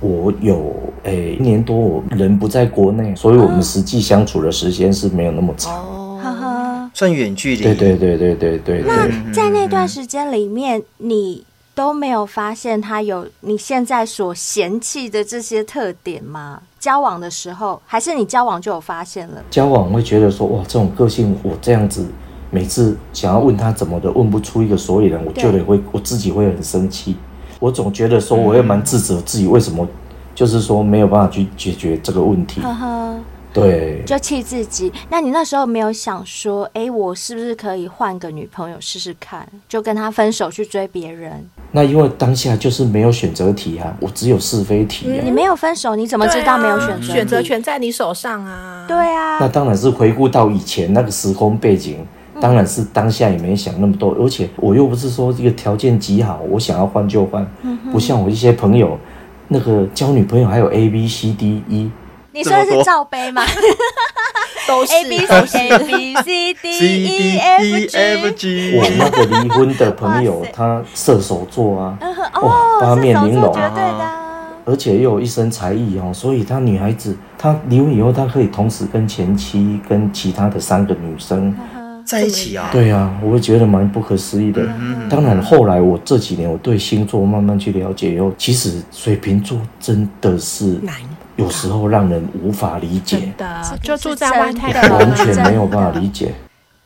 [SPEAKER 5] 我有诶一年多，我人不在国内，所以我们实际相处的时间是没有那么
[SPEAKER 4] 哦
[SPEAKER 5] 长。
[SPEAKER 4] 呵 *laughs* 呵，
[SPEAKER 2] 算远距离。
[SPEAKER 5] 对对对对对对对，
[SPEAKER 3] 嗯
[SPEAKER 4] 那在那段时间里面，你都没有发现他有你现在所嫌弃的这些特点吗？交往的时候，还是你交往就有发现了？
[SPEAKER 5] 交往会觉得说哇，这种个性我这样子，每次想要问他怎么的，问不出一个所以然，我
[SPEAKER 4] 对
[SPEAKER 5] 就得会我自己会很生气。我总觉得说，我也蛮自责自己为什么，就是说没有办法去解决这个问题。
[SPEAKER 4] 呵呵，
[SPEAKER 5] 对，
[SPEAKER 4] 就气自己。那你那时候没有想说，哎、我是不是可以换个女朋友试试看？就跟他分手去追别人？
[SPEAKER 5] 那因为当下就是没有选择题啊，我只有是非题啊。
[SPEAKER 4] 你没有分手，你怎么知道没有选择、
[SPEAKER 3] 啊选择？权在你手上啊？
[SPEAKER 4] 对啊，
[SPEAKER 5] 那当然是回顾到以前那个时空背景，
[SPEAKER 4] 嗯
[SPEAKER 5] 当然是当下也没想那么多，而且我又不是说这个条件极好，我想要换就换，
[SPEAKER 4] 嗯
[SPEAKER 5] 不像我一些朋友，那个交女朋友还有 A B C D E，
[SPEAKER 4] 你说的
[SPEAKER 2] 这么
[SPEAKER 4] 是
[SPEAKER 2] 多
[SPEAKER 4] 罩杯吗
[SPEAKER 3] 都是
[SPEAKER 4] ？A *laughs* B C A B C D
[SPEAKER 2] C D
[SPEAKER 4] E
[SPEAKER 2] E
[SPEAKER 4] F
[SPEAKER 2] F
[SPEAKER 4] G。
[SPEAKER 2] G，
[SPEAKER 5] 我那个离婚的朋
[SPEAKER 4] 嗯 *laughs*
[SPEAKER 5] 友
[SPEAKER 4] 哇塞
[SPEAKER 5] 他射手座啊，
[SPEAKER 4] 哦，
[SPEAKER 5] 八
[SPEAKER 4] 射
[SPEAKER 5] 面
[SPEAKER 4] 手
[SPEAKER 5] 玲
[SPEAKER 4] 座
[SPEAKER 5] 珑
[SPEAKER 4] 绝
[SPEAKER 5] 啊，
[SPEAKER 4] 对的啊。
[SPEAKER 5] 而且又有一身才艺哦，所以她女孩子，她离婚以后，她可以同时跟前妻跟其他的三个女生。
[SPEAKER 2] *laughs* 在一起啊？
[SPEAKER 5] 对啊，我会觉得蛮不可思议的。
[SPEAKER 4] 嗯
[SPEAKER 5] 当然，后来我这几年我对星座慢慢去了解以后，其实水瓶座真的是
[SPEAKER 3] 难
[SPEAKER 5] 有时候让人无法理解
[SPEAKER 3] 真，的
[SPEAKER 4] 这，个
[SPEAKER 3] 就是住在外太
[SPEAKER 4] 真的
[SPEAKER 3] 空
[SPEAKER 5] 完
[SPEAKER 3] 了。
[SPEAKER 5] 全没有办法理解。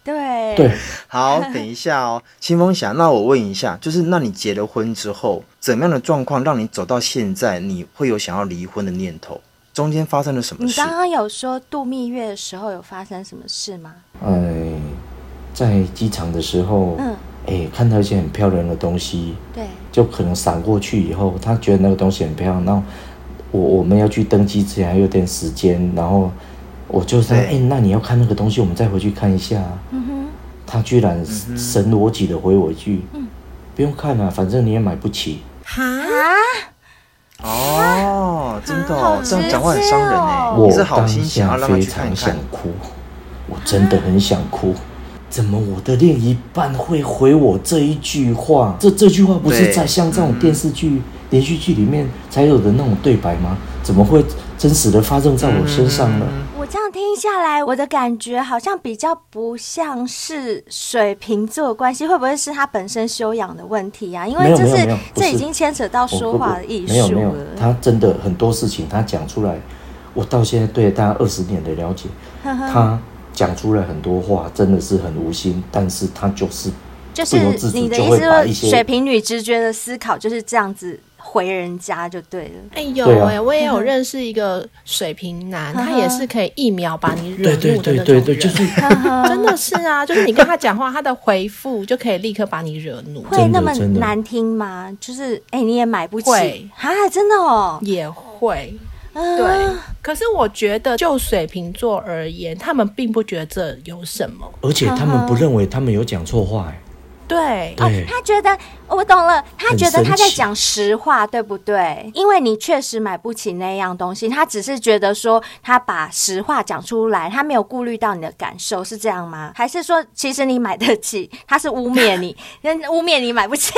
[SPEAKER 4] 对
[SPEAKER 5] 对，
[SPEAKER 4] *laughs*
[SPEAKER 2] 好，等一下哦，清风侠，那我问一下，就是那你结了婚之后，怎么样的状况让你走到现在，你会有想要离婚的念头？中间发生了什么
[SPEAKER 4] 你
[SPEAKER 2] 事
[SPEAKER 4] 刚？刚有说度蜜月的时候有发生什么事吗？
[SPEAKER 5] 哎，在机场的时候，
[SPEAKER 4] 嗯
[SPEAKER 5] 哎，看到一些很漂亮的东西，
[SPEAKER 4] 对，
[SPEAKER 5] 就可能闪过去以后，他觉得那个东西很漂亮，然后我我们要去登机之前还有点时间，然后我就说，
[SPEAKER 2] 对
[SPEAKER 5] 哎、那你要看那个东西，我们再回去看一下啊。
[SPEAKER 4] 嗯哼，
[SPEAKER 5] 他居然神逻辑的回我一句，不用看了、啊反正你也买不起。
[SPEAKER 3] 哈，
[SPEAKER 2] 哦，真的、哦
[SPEAKER 4] 啊好，
[SPEAKER 2] 这样讲话很伤人哎、
[SPEAKER 4] 直接哦
[SPEAKER 5] 我
[SPEAKER 2] 你是好
[SPEAKER 5] 当
[SPEAKER 2] 心想
[SPEAKER 5] 下
[SPEAKER 2] 要让他
[SPEAKER 5] 非
[SPEAKER 2] 去看
[SPEAKER 5] 常
[SPEAKER 2] 一
[SPEAKER 5] 想
[SPEAKER 2] 看，
[SPEAKER 5] 哭，我真的很想哭。怎么我的另一半会回我这一句话？这这句话不是
[SPEAKER 2] 对
[SPEAKER 5] 在像这种电视剧、连续剧里面才有的那种对白吗？怎么会真实的发生在我身上
[SPEAKER 2] 嗯
[SPEAKER 5] 呢？
[SPEAKER 4] 我这样听下来，我的感觉好像比较不像是水瓶座的关系，会不会是他本身修养的问题啊？因
[SPEAKER 5] 没
[SPEAKER 4] 为
[SPEAKER 5] 有
[SPEAKER 4] 这
[SPEAKER 5] 没有
[SPEAKER 4] 是
[SPEAKER 5] 没有不
[SPEAKER 4] 这已
[SPEAKER 5] 是
[SPEAKER 4] 经牵扯到
[SPEAKER 5] 我
[SPEAKER 4] 哦说话的艺
[SPEAKER 5] 没有
[SPEAKER 4] 术
[SPEAKER 5] 没有，
[SPEAKER 4] 了。
[SPEAKER 5] 他真的很多事情他讲出来，我到现在对他二十年的了解，他讲出来很多话真的是很无心，但是他就是
[SPEAKER 4] 就是
[SPEAKER 5] 不由自主
[SPEAKER 4] 你的
[SPEAKER 5] 就
[SPEAKER 4] 意
[SPEAKER 5] 会
[SPEAKER 4] 思
[SPEAKER 5] 把
[SPEAKER 4] 说，
[SPEAKER 5] 一些
[SPEAKER 4] 水瓶女直觉的思考就是这样子回人家就对了。
[SPEAKER 3] 哎呦
[SPEAKER 5] 对啊
[SPEAKER 3] 喂，我也有认识一个水瓶男，
[SPEAKER 4] 嗯
[SPEAKER 3] 他也是可以一秒把你惹
[SPEAKER 5] 对对
[SPEAKER 3] 怒的
[SPEAKER 5] 对
[SPEAKER 3] 那种
[SPEAKER 5] 对对，
[SPEAKER 3] 人
[SPEAKER 5] 就是
[SPEAKER 3] 真的是
[SPEAKER 4] *laughs*
[SPEAKER 3] 啊，就是你跟他讲话，他的回复就可以立刻把你惹怒，
[SPEAKER 4] *laughs* 会
[SPEAKER 5] 真
[SPEAKER 4] 那
[SPEAKER 5] 的
[SPEAKER 4] 么
[SPEAKER 5] 真的
[SPEAKER 4] 难听吗？就是哎、你也买不起
[SPEAKER 3] 会
[SPEAKER 4] 啊，真的哦，
[SPEAKER 3] 也会。
[SPEAKER 4] 嗯
[SPEAKER 3] 对，可是我觉得就水瓶座而言，他们并不觉得这有什么。
[SPEAKER 5] 而且他们不认为他们有讲错话、哎，
[SPEAKER 3] 对，
[SPEAKER 5] 对，
[SPEAKER 4] 他觉得我懂了，他觉得
[SPEAKER 5] 很神奇
[SPEAKER 4] 他在讲实话，对不对？因为你确实买不起那样东西，他只是觉得说他把实话讲出来，他没有顾虑到你的感受，是这样吗？还是说其实你买得起，他是污蔑你， *laughs* 人污蔑你买不起？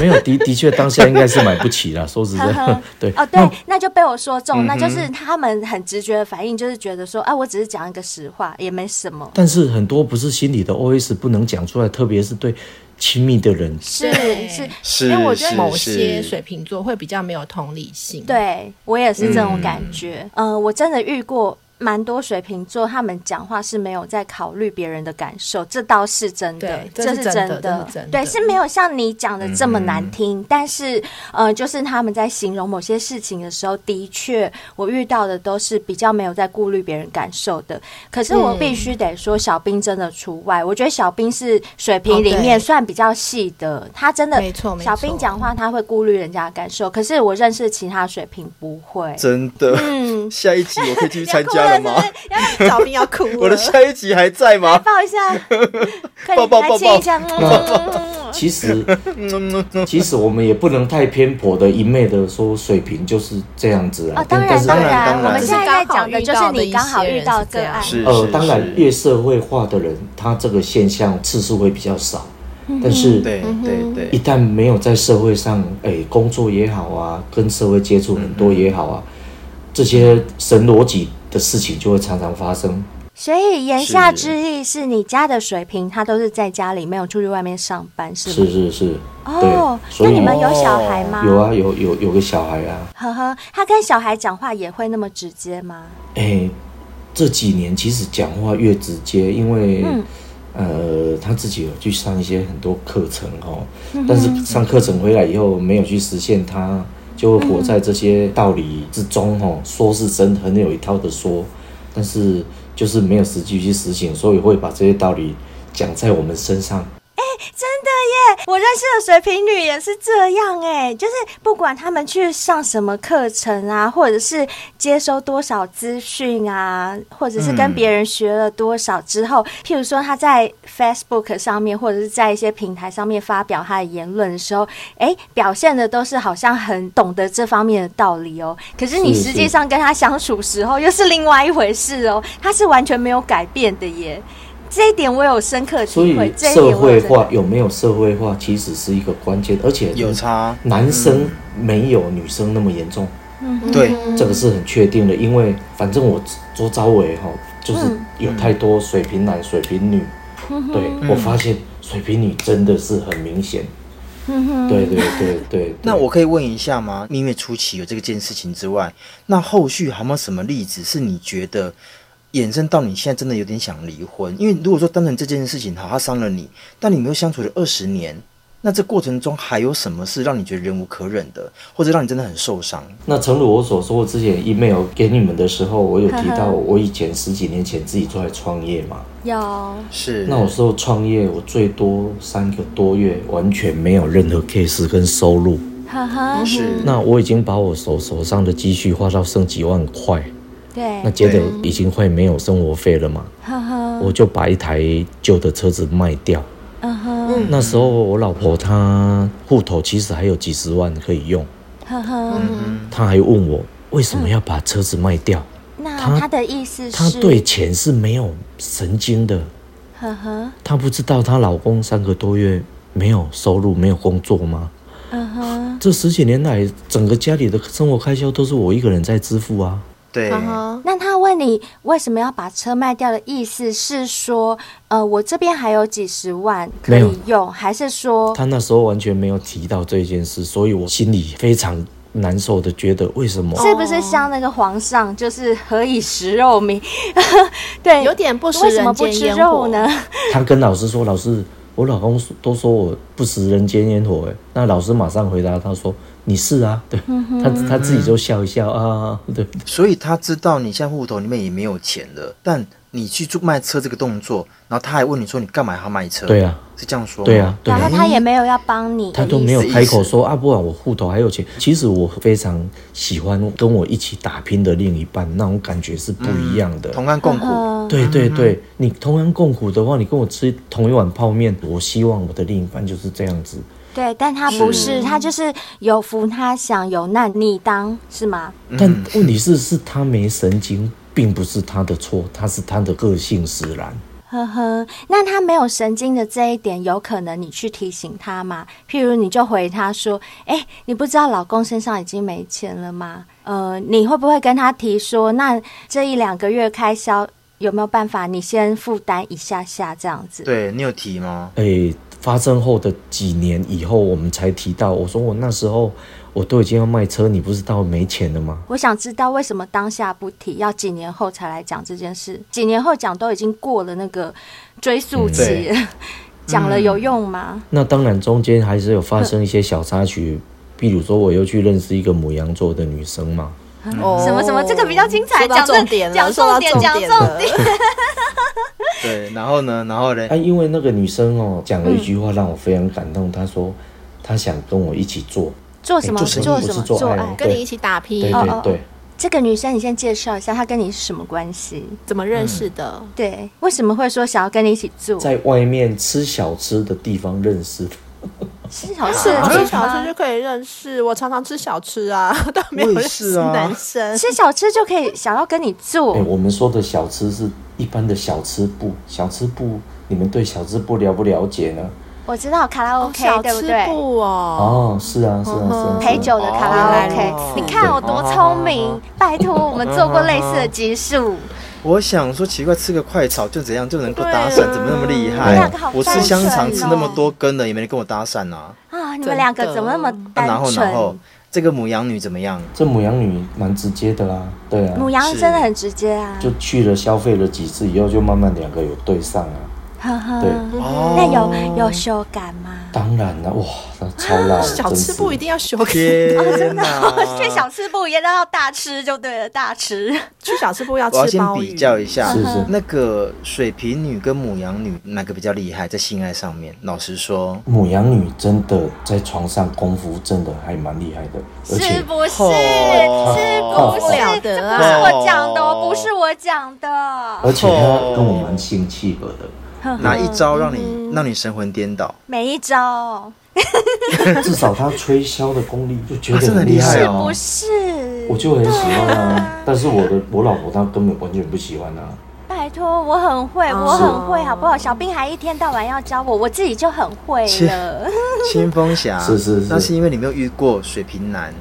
[SPEAKER 5] 没有的的确当下应该是买不起啦，说实在，
[SPEAKER 4] *laughs*
[SPEAKER 5] 对，嗯
[SPEAKER 4] 哦，对，那就被我说中，那就是他们很直觉的反应，就是觉得说，啊，我只是讲一个实话，也没什么。
[SPEAKER 5] 但是很多不是心里的 OS 不能讲出来，特别是对亲密的人，
[SPEAKER 4] 是
[SPEAKER 3] 对
[SPEAKER 4] 是，
[SPEAKER 2] 是
[SPEAKER 4] 哎
[SPEAKER 3] 因为我觉得
[SPEAKER 2] 是
[SPEAKER 3] 某
[SPEAKER 2] 是
[SPEAKER 3] 些水瓶座会比较没有同理心。，
[SPEAKER 4] 对我也是这种感觉。嗯、我真的遇过蛮多水瓶座，他们讲话是没有在考虑别人的感受，这倒是真的
[SPEAKER 3] 对，
[SPEAKER 4] 这
[SPEAKER 3] 这
[SPEAKER 4] 是
[SPEAKER 3] 是
[SPEAKER 4] 真
[SPEAKER 3] 真
[SPEAKER 4] 的，
[SPEAKER 3] 的这是真的嗯
[SPEAKER 4] 对，是没有像你讲的这么难听。但是，呃，就是他们在形容某些事情的时候，的确，我遇到的都是比较没有在顾虑别人感受的。可是我
[SPEAKER 3] 嗯
[SPEAKER 4] 必须得说，小兵真的除外。我觉得小兵是水瓶里面
[SPEAKER 3] 哦对
[SPEAKER 4] 算比较细的，他真的
[SPEAKER 3] 没错没错
[SPEAKER 4] 小兵讲话他会顾虑人家的感受，可是我认识其他水瓶不会。
[SPEAKER 2] 真的。， *laughs*
[SPEAKER 4] 嗯
[SPEAKER 2] 下一集我可以继续
[SPEAKER 4] 不要
[SPEAKER 2] 参
[SPEAKER 4] 哭
[SPEAKER 2] 加了
[SPEAKER 4] *laughs* 是不
[SPEAKER 2] 吗？
[SPEAKER 4] 是要小兵要哭了，
[SPEAKER 2] 我的下一集还在吗？ *laughs*
[SPEAKER 4] 抱一下，快
[SPEAKER 2] 抱
[SPEAKER 4] 点
[SPEAKER 2] 抱
[SPEAKER 4] 来
[SPEAKER 2] 抱
[SPEAKER 4] 亲一
[SPEAKER 2] 抱
[SPEAKER 4] 下，嗯嗯嗯嗯
[SPEAKER 5] 其 *laughs* 实其实我们也不能太偏颇的一昧的说水平就是这样子啊。
[SPEAKER 4] 哦，当
[SPEAKER 5] 但
[SPEAKER 4] 然
[SPEAKER 5] 是
[SPEAKER 2] 当然当
[SPEAKER 4] 然，
[SPEAKER 2] 然
[SPEAKER 4] 我们现在在
[SPEAKER 3] 就是刚好
[SPEAKER 4] 讲的就是你刚好遇到个案，
[SPEAKER 2] 是
[SPEAKER 5] 呃
[SPEAKER 2] 是，
[SPEAKER 5] 当然
[SPEAKER 2] 是
[SPEAKER 5] 越社会化的人，他这个现象次数会比较少，但是
[SPEAKER 2] 对对
[SPEAKER 5] 一
[SPEAKER 4] 嗯
[SPEAKER 2] 对，
[SPEAKER 5] 旦没有在社会上，哎，工作也好啊，跟社会接触很多也好
[SPEAKER 2] 嗯
[SPEAKER 5] 啊，这些神逻辑的事情就会常常发生。
[SPEAKER 4] 所以言下
[SPEAKER 2] 是
[SPEAKER 4] 之意是你家的水平，他都是在家里，没有出去外面上班，是
[SPEAKER 5] 是
[SPEAKER 4] 吗？
[SPEAKER 5] 是是，
[SPEAKER 4] 哦
[SPEAKER 5] 对，，
[SPEAKER 4] 那
[SPEAKER 5] 所以
[SPEAKER 4] 你们有小孩吗？
[SPEAKER 5] 有。啊，有有有个小孩啊，
[SPEAKER 4] 呵呵，他跟小孩讲话也会那么直接吗？
[SPEAKER 5] 哎，这几年其实讲话越直接，因为、
[SPEAKER 4] 嗯
[SPEAKER 5] 呃他自己有去上一些很多课程哦，
[SPEAKER 4] 嗯
[SPEAKER 5] 但是上课程回来以后没有去实现他。就会活在这些道理之中哦，
[SPEAKER 4] 嗯
[SPEAKER 5] 说是真很有一套的说，但是就是没有实际去实行，所以会把这些道理讲在我们身上。
[SPEAKER 4] 真的耶！我认识的水瓶女也是这样哎，就是不管他们去上什么课程啊，或者是接收多少资讯啊，或者是
[SPEAKER 5] 嗯
[SPEAKER 4] 跟别人学了多少之后，譬如说他在 Facebook 上面或者是在一些平台上面发表他的言论的时候，哎，表现的都是好像很懂得这方面的道理哦。可是你
[SPEAKER 5] 是
[SPEAKER 4] 实际
[SPEAKER 5] 是
[SPEAKER 4] 上跟他相处时候又是另外一回事哦，他是完全没有改变的耶。这一点我有深刻
[SPEAKER 5] 所
[SPEAKER 4] 体
[SPEAKER 5] 以
[SPEAKER 4] 会，这一
[SPEAKER 5] 社
[SPEAKER 4] 点我有
[SPEAKER 5] 会
[SPEAKER 4] 深刻
[SPEAKER 5] 化有没有社会化，其实是一个关键，而且
[SPEAKER 2] 有差，
[SPEAKER 5] 男
[SPEAKER 4] 嗯
[SPEAKER 5] 生没有女生那么严重，
[SPEAKER 2] 对，
[SPEAKER 5] 这个是很确定的，因为反正我周遭围哈，就是有太多水瓶男、水瓶女，对我发现水瓶女真的是很明显，对对对对。
[SPEAKER 2] 那我可以问一下吗？因为初期有这个件事情之外，那后续还有没有什么例子是你觉得衍生到你现在真的有点想离婚？因为如果说单纯这件事情好，他伤了你，但你们又相处了二十年，那这过程中还有什么是让你觉得忍无可忍的，或者让你真的很受伤？
[SPEAKER 5] 那诚如我所说，我之前 email 给你们的时候，我有提到我以前十几年前自己出来创业嘛，
[SPEAKER 4] 有。
[SPEAKER 2] 是
[SPEAKER 5] 那我时候创业，我最多三个多月完全没有任何 case 跟收入。
[SPEAKER 4] 呵呵，
[SPEAKER 2] 是
[SPEAKER 5] 那我已经把我手手上的积蓄花到剩几万块，
[SPEAKER 4] 对
[SPEAKER 5] 那，接着已经快没有生活费了嘛，
[SPEAKER 4] 呵呵，
[SPEAKER 5] 我就把一台旧的车子卖掉。
[SPEAKER 4] 嗯哼，
[SPEAKER 5] 那时候我老婆她户头其实还有几十万可以用，
[SPEAKER 4] 呵
[SPEAKER 5] 嗯
[SPEAKER 4] 呵。
[SPEAKER 5] 她还问我为什么要把车子卖掉。
[SPEAKER 4] 那
[SPEAKER 5] 他
[SPEAKER 4] 他的意嗯思是，
[SPEAKER 5] 她对钱是没有神经的，
[SPEAKER 4] 呵呵，
[SPEAKER 5] 她不知道她老公三个多月没有收入、没有工作吗？
[SPEAKER 4] 嗯哼，
[SPEAKER 5] 这十几年来，整个家里的生活开销都是我一个人在支付啊。
[SPEAKER 2] 对，
[SPEAKER 4] 那他问你为什么要把车卖掉的意思是说，呃，我这边还有几十万可
[SPEAKER 5] 没有
[SPEAKER 4] 以用，还是说，
[SPEAKER 5] 他那时候完全没有提到这件事，所以我心里非常难受的，觉得为什么？
[SPEAKER 4] 是不是像那个皇上，就是何以食肉糜？ *laughs* 对，
[SPEAKER 3] 有点不食
[SPEAKER 4] 为什么
[SPEAKER 3] 人
[SPEAKER 4] 不
[SPEAKER 3] 间
[SPEAKER 4] 吃
[SPEAKER 3] 烟
[SPEAKER 4] 肉
[SPEAKER 3] 火
[SPEAKER 4] 呢？？
[SPEAKER 5] 他跟老师说，老师，我老公都说我不食人间烟火，哎，那老师马上回答他说，你是啊，对，他他自己就笑一笑啊，对，
[SPEAKER 2] 所以他知道你现在户头里面也没有钱了，但你去做卖车这个动作，然后他还问你说你干嘛要卖车？
[SPEAKER 5] 对啊，
[SPEAKER 2] 是这样说吗？
[SPEAKER 5] 对啊，对
[SPEAKER 4] 然后
[SPEAKER 5] 啊。
[SPEAKER 4] 他也没有要帮你的意思，
[SPEAKER 5] 他都没有开口说啊，不然我户头还有钱。其实我非常喜欢跟我一起打拼的另一半，那种感觉是不一样的。
[SPEAKER 2] 同甘共苦。
[SPEAKER 4] 嗯，
[SPEAKER 5] 对对对，你同甘共苦的话，你跟我吃同一碗泡面，我希望我的另一半就是这样子。
[SPEAKER 4] 对，但他不是，他就是有福他享，有难你当，是吗？
[SPEAKER 5] 但问题是，是他没神经，并不是他的错，他是他的个性使然。
[SPEAKER 4] 呵呵，那他没有神经的这一点，有可能你去提醒他嘛？譬如你就回他说：“哎、你不知道老公身上已经没钱了吗？呃，你会不会跟他提说，那这一两个月开销有没有办法你先负担一下下这样子？”
[SPEAKER 2] 对你有提吗？
[SPEAKER 5] 诶，发生后的几年以后，我们才提到，我说我那时候我都已经要卖车，你不知道没钱了吗？
[SPEAKER 4] 我想知道为什么当下不提，要几年后才来讲这件事？几年后讲都已经过了那个追
[SPEAKER 5] 嗯
[SPEAKER 4] 溯期，
[SPEAKER 5] *laughs*
[SPEAKER 4] 讲了有用吗？
[SPEAKER 5] 那当然，中间还是有发生一些小插曲，比如说我又去认识一个母羊座的女生嘛，
[SPEAKER 3] 嗯
[SPEAKER 4] 什么什么，这个比较精彩，
[SPEAKER 3] 哦说到
[SPEAKER 4] 讲
[SPEAKER 3] 重点了，
[SPEAKER 4] 讲
[SPEAKER 3] 说
[SPEAKER 4] 重
[SPEAKER 3] 到
[SPEAKER 4] 点，讲
[SPEAKER 3] 重点
[SPEAKER 4] 重
[SPEAKER 3] 了
[SPEAKER 4] 点。
[SPEAKER 2] 对，然后呢？然后嘞
[SPEAKER 5] 啊，？因为那个女生哦讲了一句话让我非常感动，她说她想跟我一起做，
[SPEAKER 4] 做什么？
[SPEAKER 5] 哎做生意
[SPEAKER 4] 做
[SPEAKER 5] 不
[SPEAKER 4] 什
[SPEAKER 5] 是
[SPEAKER 4] 么？
[SPEAKER 5] 做
[SPEAKER 4] 做
[SPEAKER 5] 爱
[SPEAKER 4] 爱。
[SPEAKER 3] 跟你一起打
[SPEAKER 5] 对
[SPEAKER 3] 拼，
[SPEAKER 4] 哦
[SPEAKER 5] 对对。
[SPEAKER 4] 这个女生，你先介绍一下，她跟你是什么关系？
[SPEAKER 3] 怎么认识的？
[SPEAKER 4] 对，为什么会说想要跟你一起住？
[SPEAKER 5] 在外面吃小吃的地方认识的，
[SPEAKER 4] 吃小吃
[SPEAKER 3] 嗯是
[SPEAKER 4] 的
[SPEAKER 3] 吃
[SPEAKER 4] 地
[SPEAKER 3] 小吃
[SPEAKER 4] 方
[SPEAKER 3] 就，可以认识。我常常吃小吃啊， *laughs* 但没有
[SPEAKER 2] 我也
[SPEAKER 3] 认
[SPEAKER 2] 是
[SPEAKER 3] 识
[SPEAKER 2] 啊
[SPEAKER 3] 男生。
[SPEAKER 4] 吃小吃就可以想要跟你
[SPEAKER 3] 哦
[SPEAKER 5] 哎、
[SPEAKER 4] 住。
[SPEAKER 5] 我们说的小吃是一般的小吃部，小吃部，你们对小吃部了不了解呢？
[SPEAKER 4] 我知道卡拉 OK，
[SPEAKER 3] 小
[SPEAKER 4] 对不
[SPEAKER 3] 吃
[SPEAKER 4] 对？
[SPEAKER 3] 部哦，
[SPEAKER 5] 哦，是啊，是啊，是啊，
[SPEAKER 4] 陪酒的卡拉 OK，、
[SPEAKER 2] 哦
[SPEAKER 4] 你看我多聪明！拜托，我们做过类似的集数，
[SPEAKER 2] 我想说奇怪，吃个快炒就怎样就能够搭讪
[SPEAKER 3] 对，啊
[SPEAKER 2] 怎么那么厉
[SPEAKER 5] 你们
[SPEAKER 2] 害啊
[SPEAKER 4] 两个好？
[SPEAKER 2] 我吃香肠吃那么
[SPEAKER 4] 单纯哦
[SPEAKER 2] 多根了，也没人跟我搭讪啊。
[SPEAKER 4] 啊，你们两个怎么那么
[SPEAKER 2] 啊然
[SPEAKER 4] 单
[SPEAKER 2] 后然后
[SPEAKER 4] 纯？
[SPEAKER 2] 这个母羊女怎么样？
[SPEAKER 5] 这母羊女蛮直接的啦，对啊，
[SPEAKER 4] 母
[SPEAKER 3] 嗯
[SPEAKER 4] 羊真的很直接啊，
[SPEAKER 5] 就去了消费了几次以后，就慢慢两个有对上啊。
[SPEAKER 4] 呵呵
[SPEAKER 5] 对。
[SPEAKER 2] 哦
[SPEAKER 4] 那有有羞感吗？
[SPEAKER 5] 当然了，哇，那超辣
[SPEAKER 4] 哦
[SPEAKER 5] 的，
[SPEAKER 3] 啊小吃部一
[SPEAKER 5] 真是
[SPEAKER 3] 定要修改。
[SPEAKER 2] 天哪！
[SPEAKER 4] *laughs* 去哦小吃部也要大吃就对了，大吃。
[SPEAKER 3] *laughs* 去小吃部要
[SPEAKER 2] 我要
[SPEAKER 3] 吃
[SPEAKER 2] 先
[SPEAKER 3] 鲍鱼
[SPEAKER 2] 比。较一下
[SPEAKER 5] 是
[SPEAKER 4] 嗯
[SPEAKER 5] 是，
[SPEAKER 2] 那个水瓶女跟母羊女哪个比较厉害在性爱上面？老实说，
[SPEAKER 5] 母羊女真的在床上功夫真的还蛮厉害的，
[SPEAKER 4] 是
[SPEAKER 5] 而且
[SPEAKER 4] 不是？
[SPEAKER 2] 哦
[SPEAKER 4] 是不是？
[SPEAKER 3] 了
[SPEAKER 4] 这
[SPEAKER 3] 得
[SPEAKER 4] 不
[SPEAKER 3] 啊
[SPEAKER 4] 是我讲的哦，
[SPEAKER 2] 哦
[SPEAKER 4] 不是我讲的。
[SPEAKER 5] 而且她跟我蛮性契合的，
[SPEAKER 2] 哪一
[SPEAKER 4] 嗯
[SPEAKER 2] 招让你让你神魂颠倒？
[SPEAKER 4] 每一招
[SPEAKER 5] 至少她吹箫的功力就觉
[SPEAKER 2] 啊
[SPEAKER 5] 得
[SPEAKER 2] 真的
[SPEAKER 5] 很
[SPEAKER 2] 很
[SPEAKER 5] 厉
[SPEAKER 2] 厉
[SPEAKER 5] 害
[SPEAKER 2] 害
[SPEAKER 4] 是
[SPEAKER 5] 啊
[SPEAKER 2] 哦
[SPEAKER 4] 不是？
[SPEAKER 5] 我就很喜欢啊，但是我的我老婆她根本完全不喜欢啊。
[SPEAKER 4] 拜托，我很会，
[SPEAKER 3] 哦
[SPEAKER 4] 我很会，好不好？小兵还一天到晚要教我，我自己就很会
[SPEAKER 2] 切
[SPEAKER 4] 了。
[SPEAKER 2] 清风侠
[SPEAKER 5] *laughs* 是是是
[SPEAKER 2] 那是因为你没有遇过水瓶男。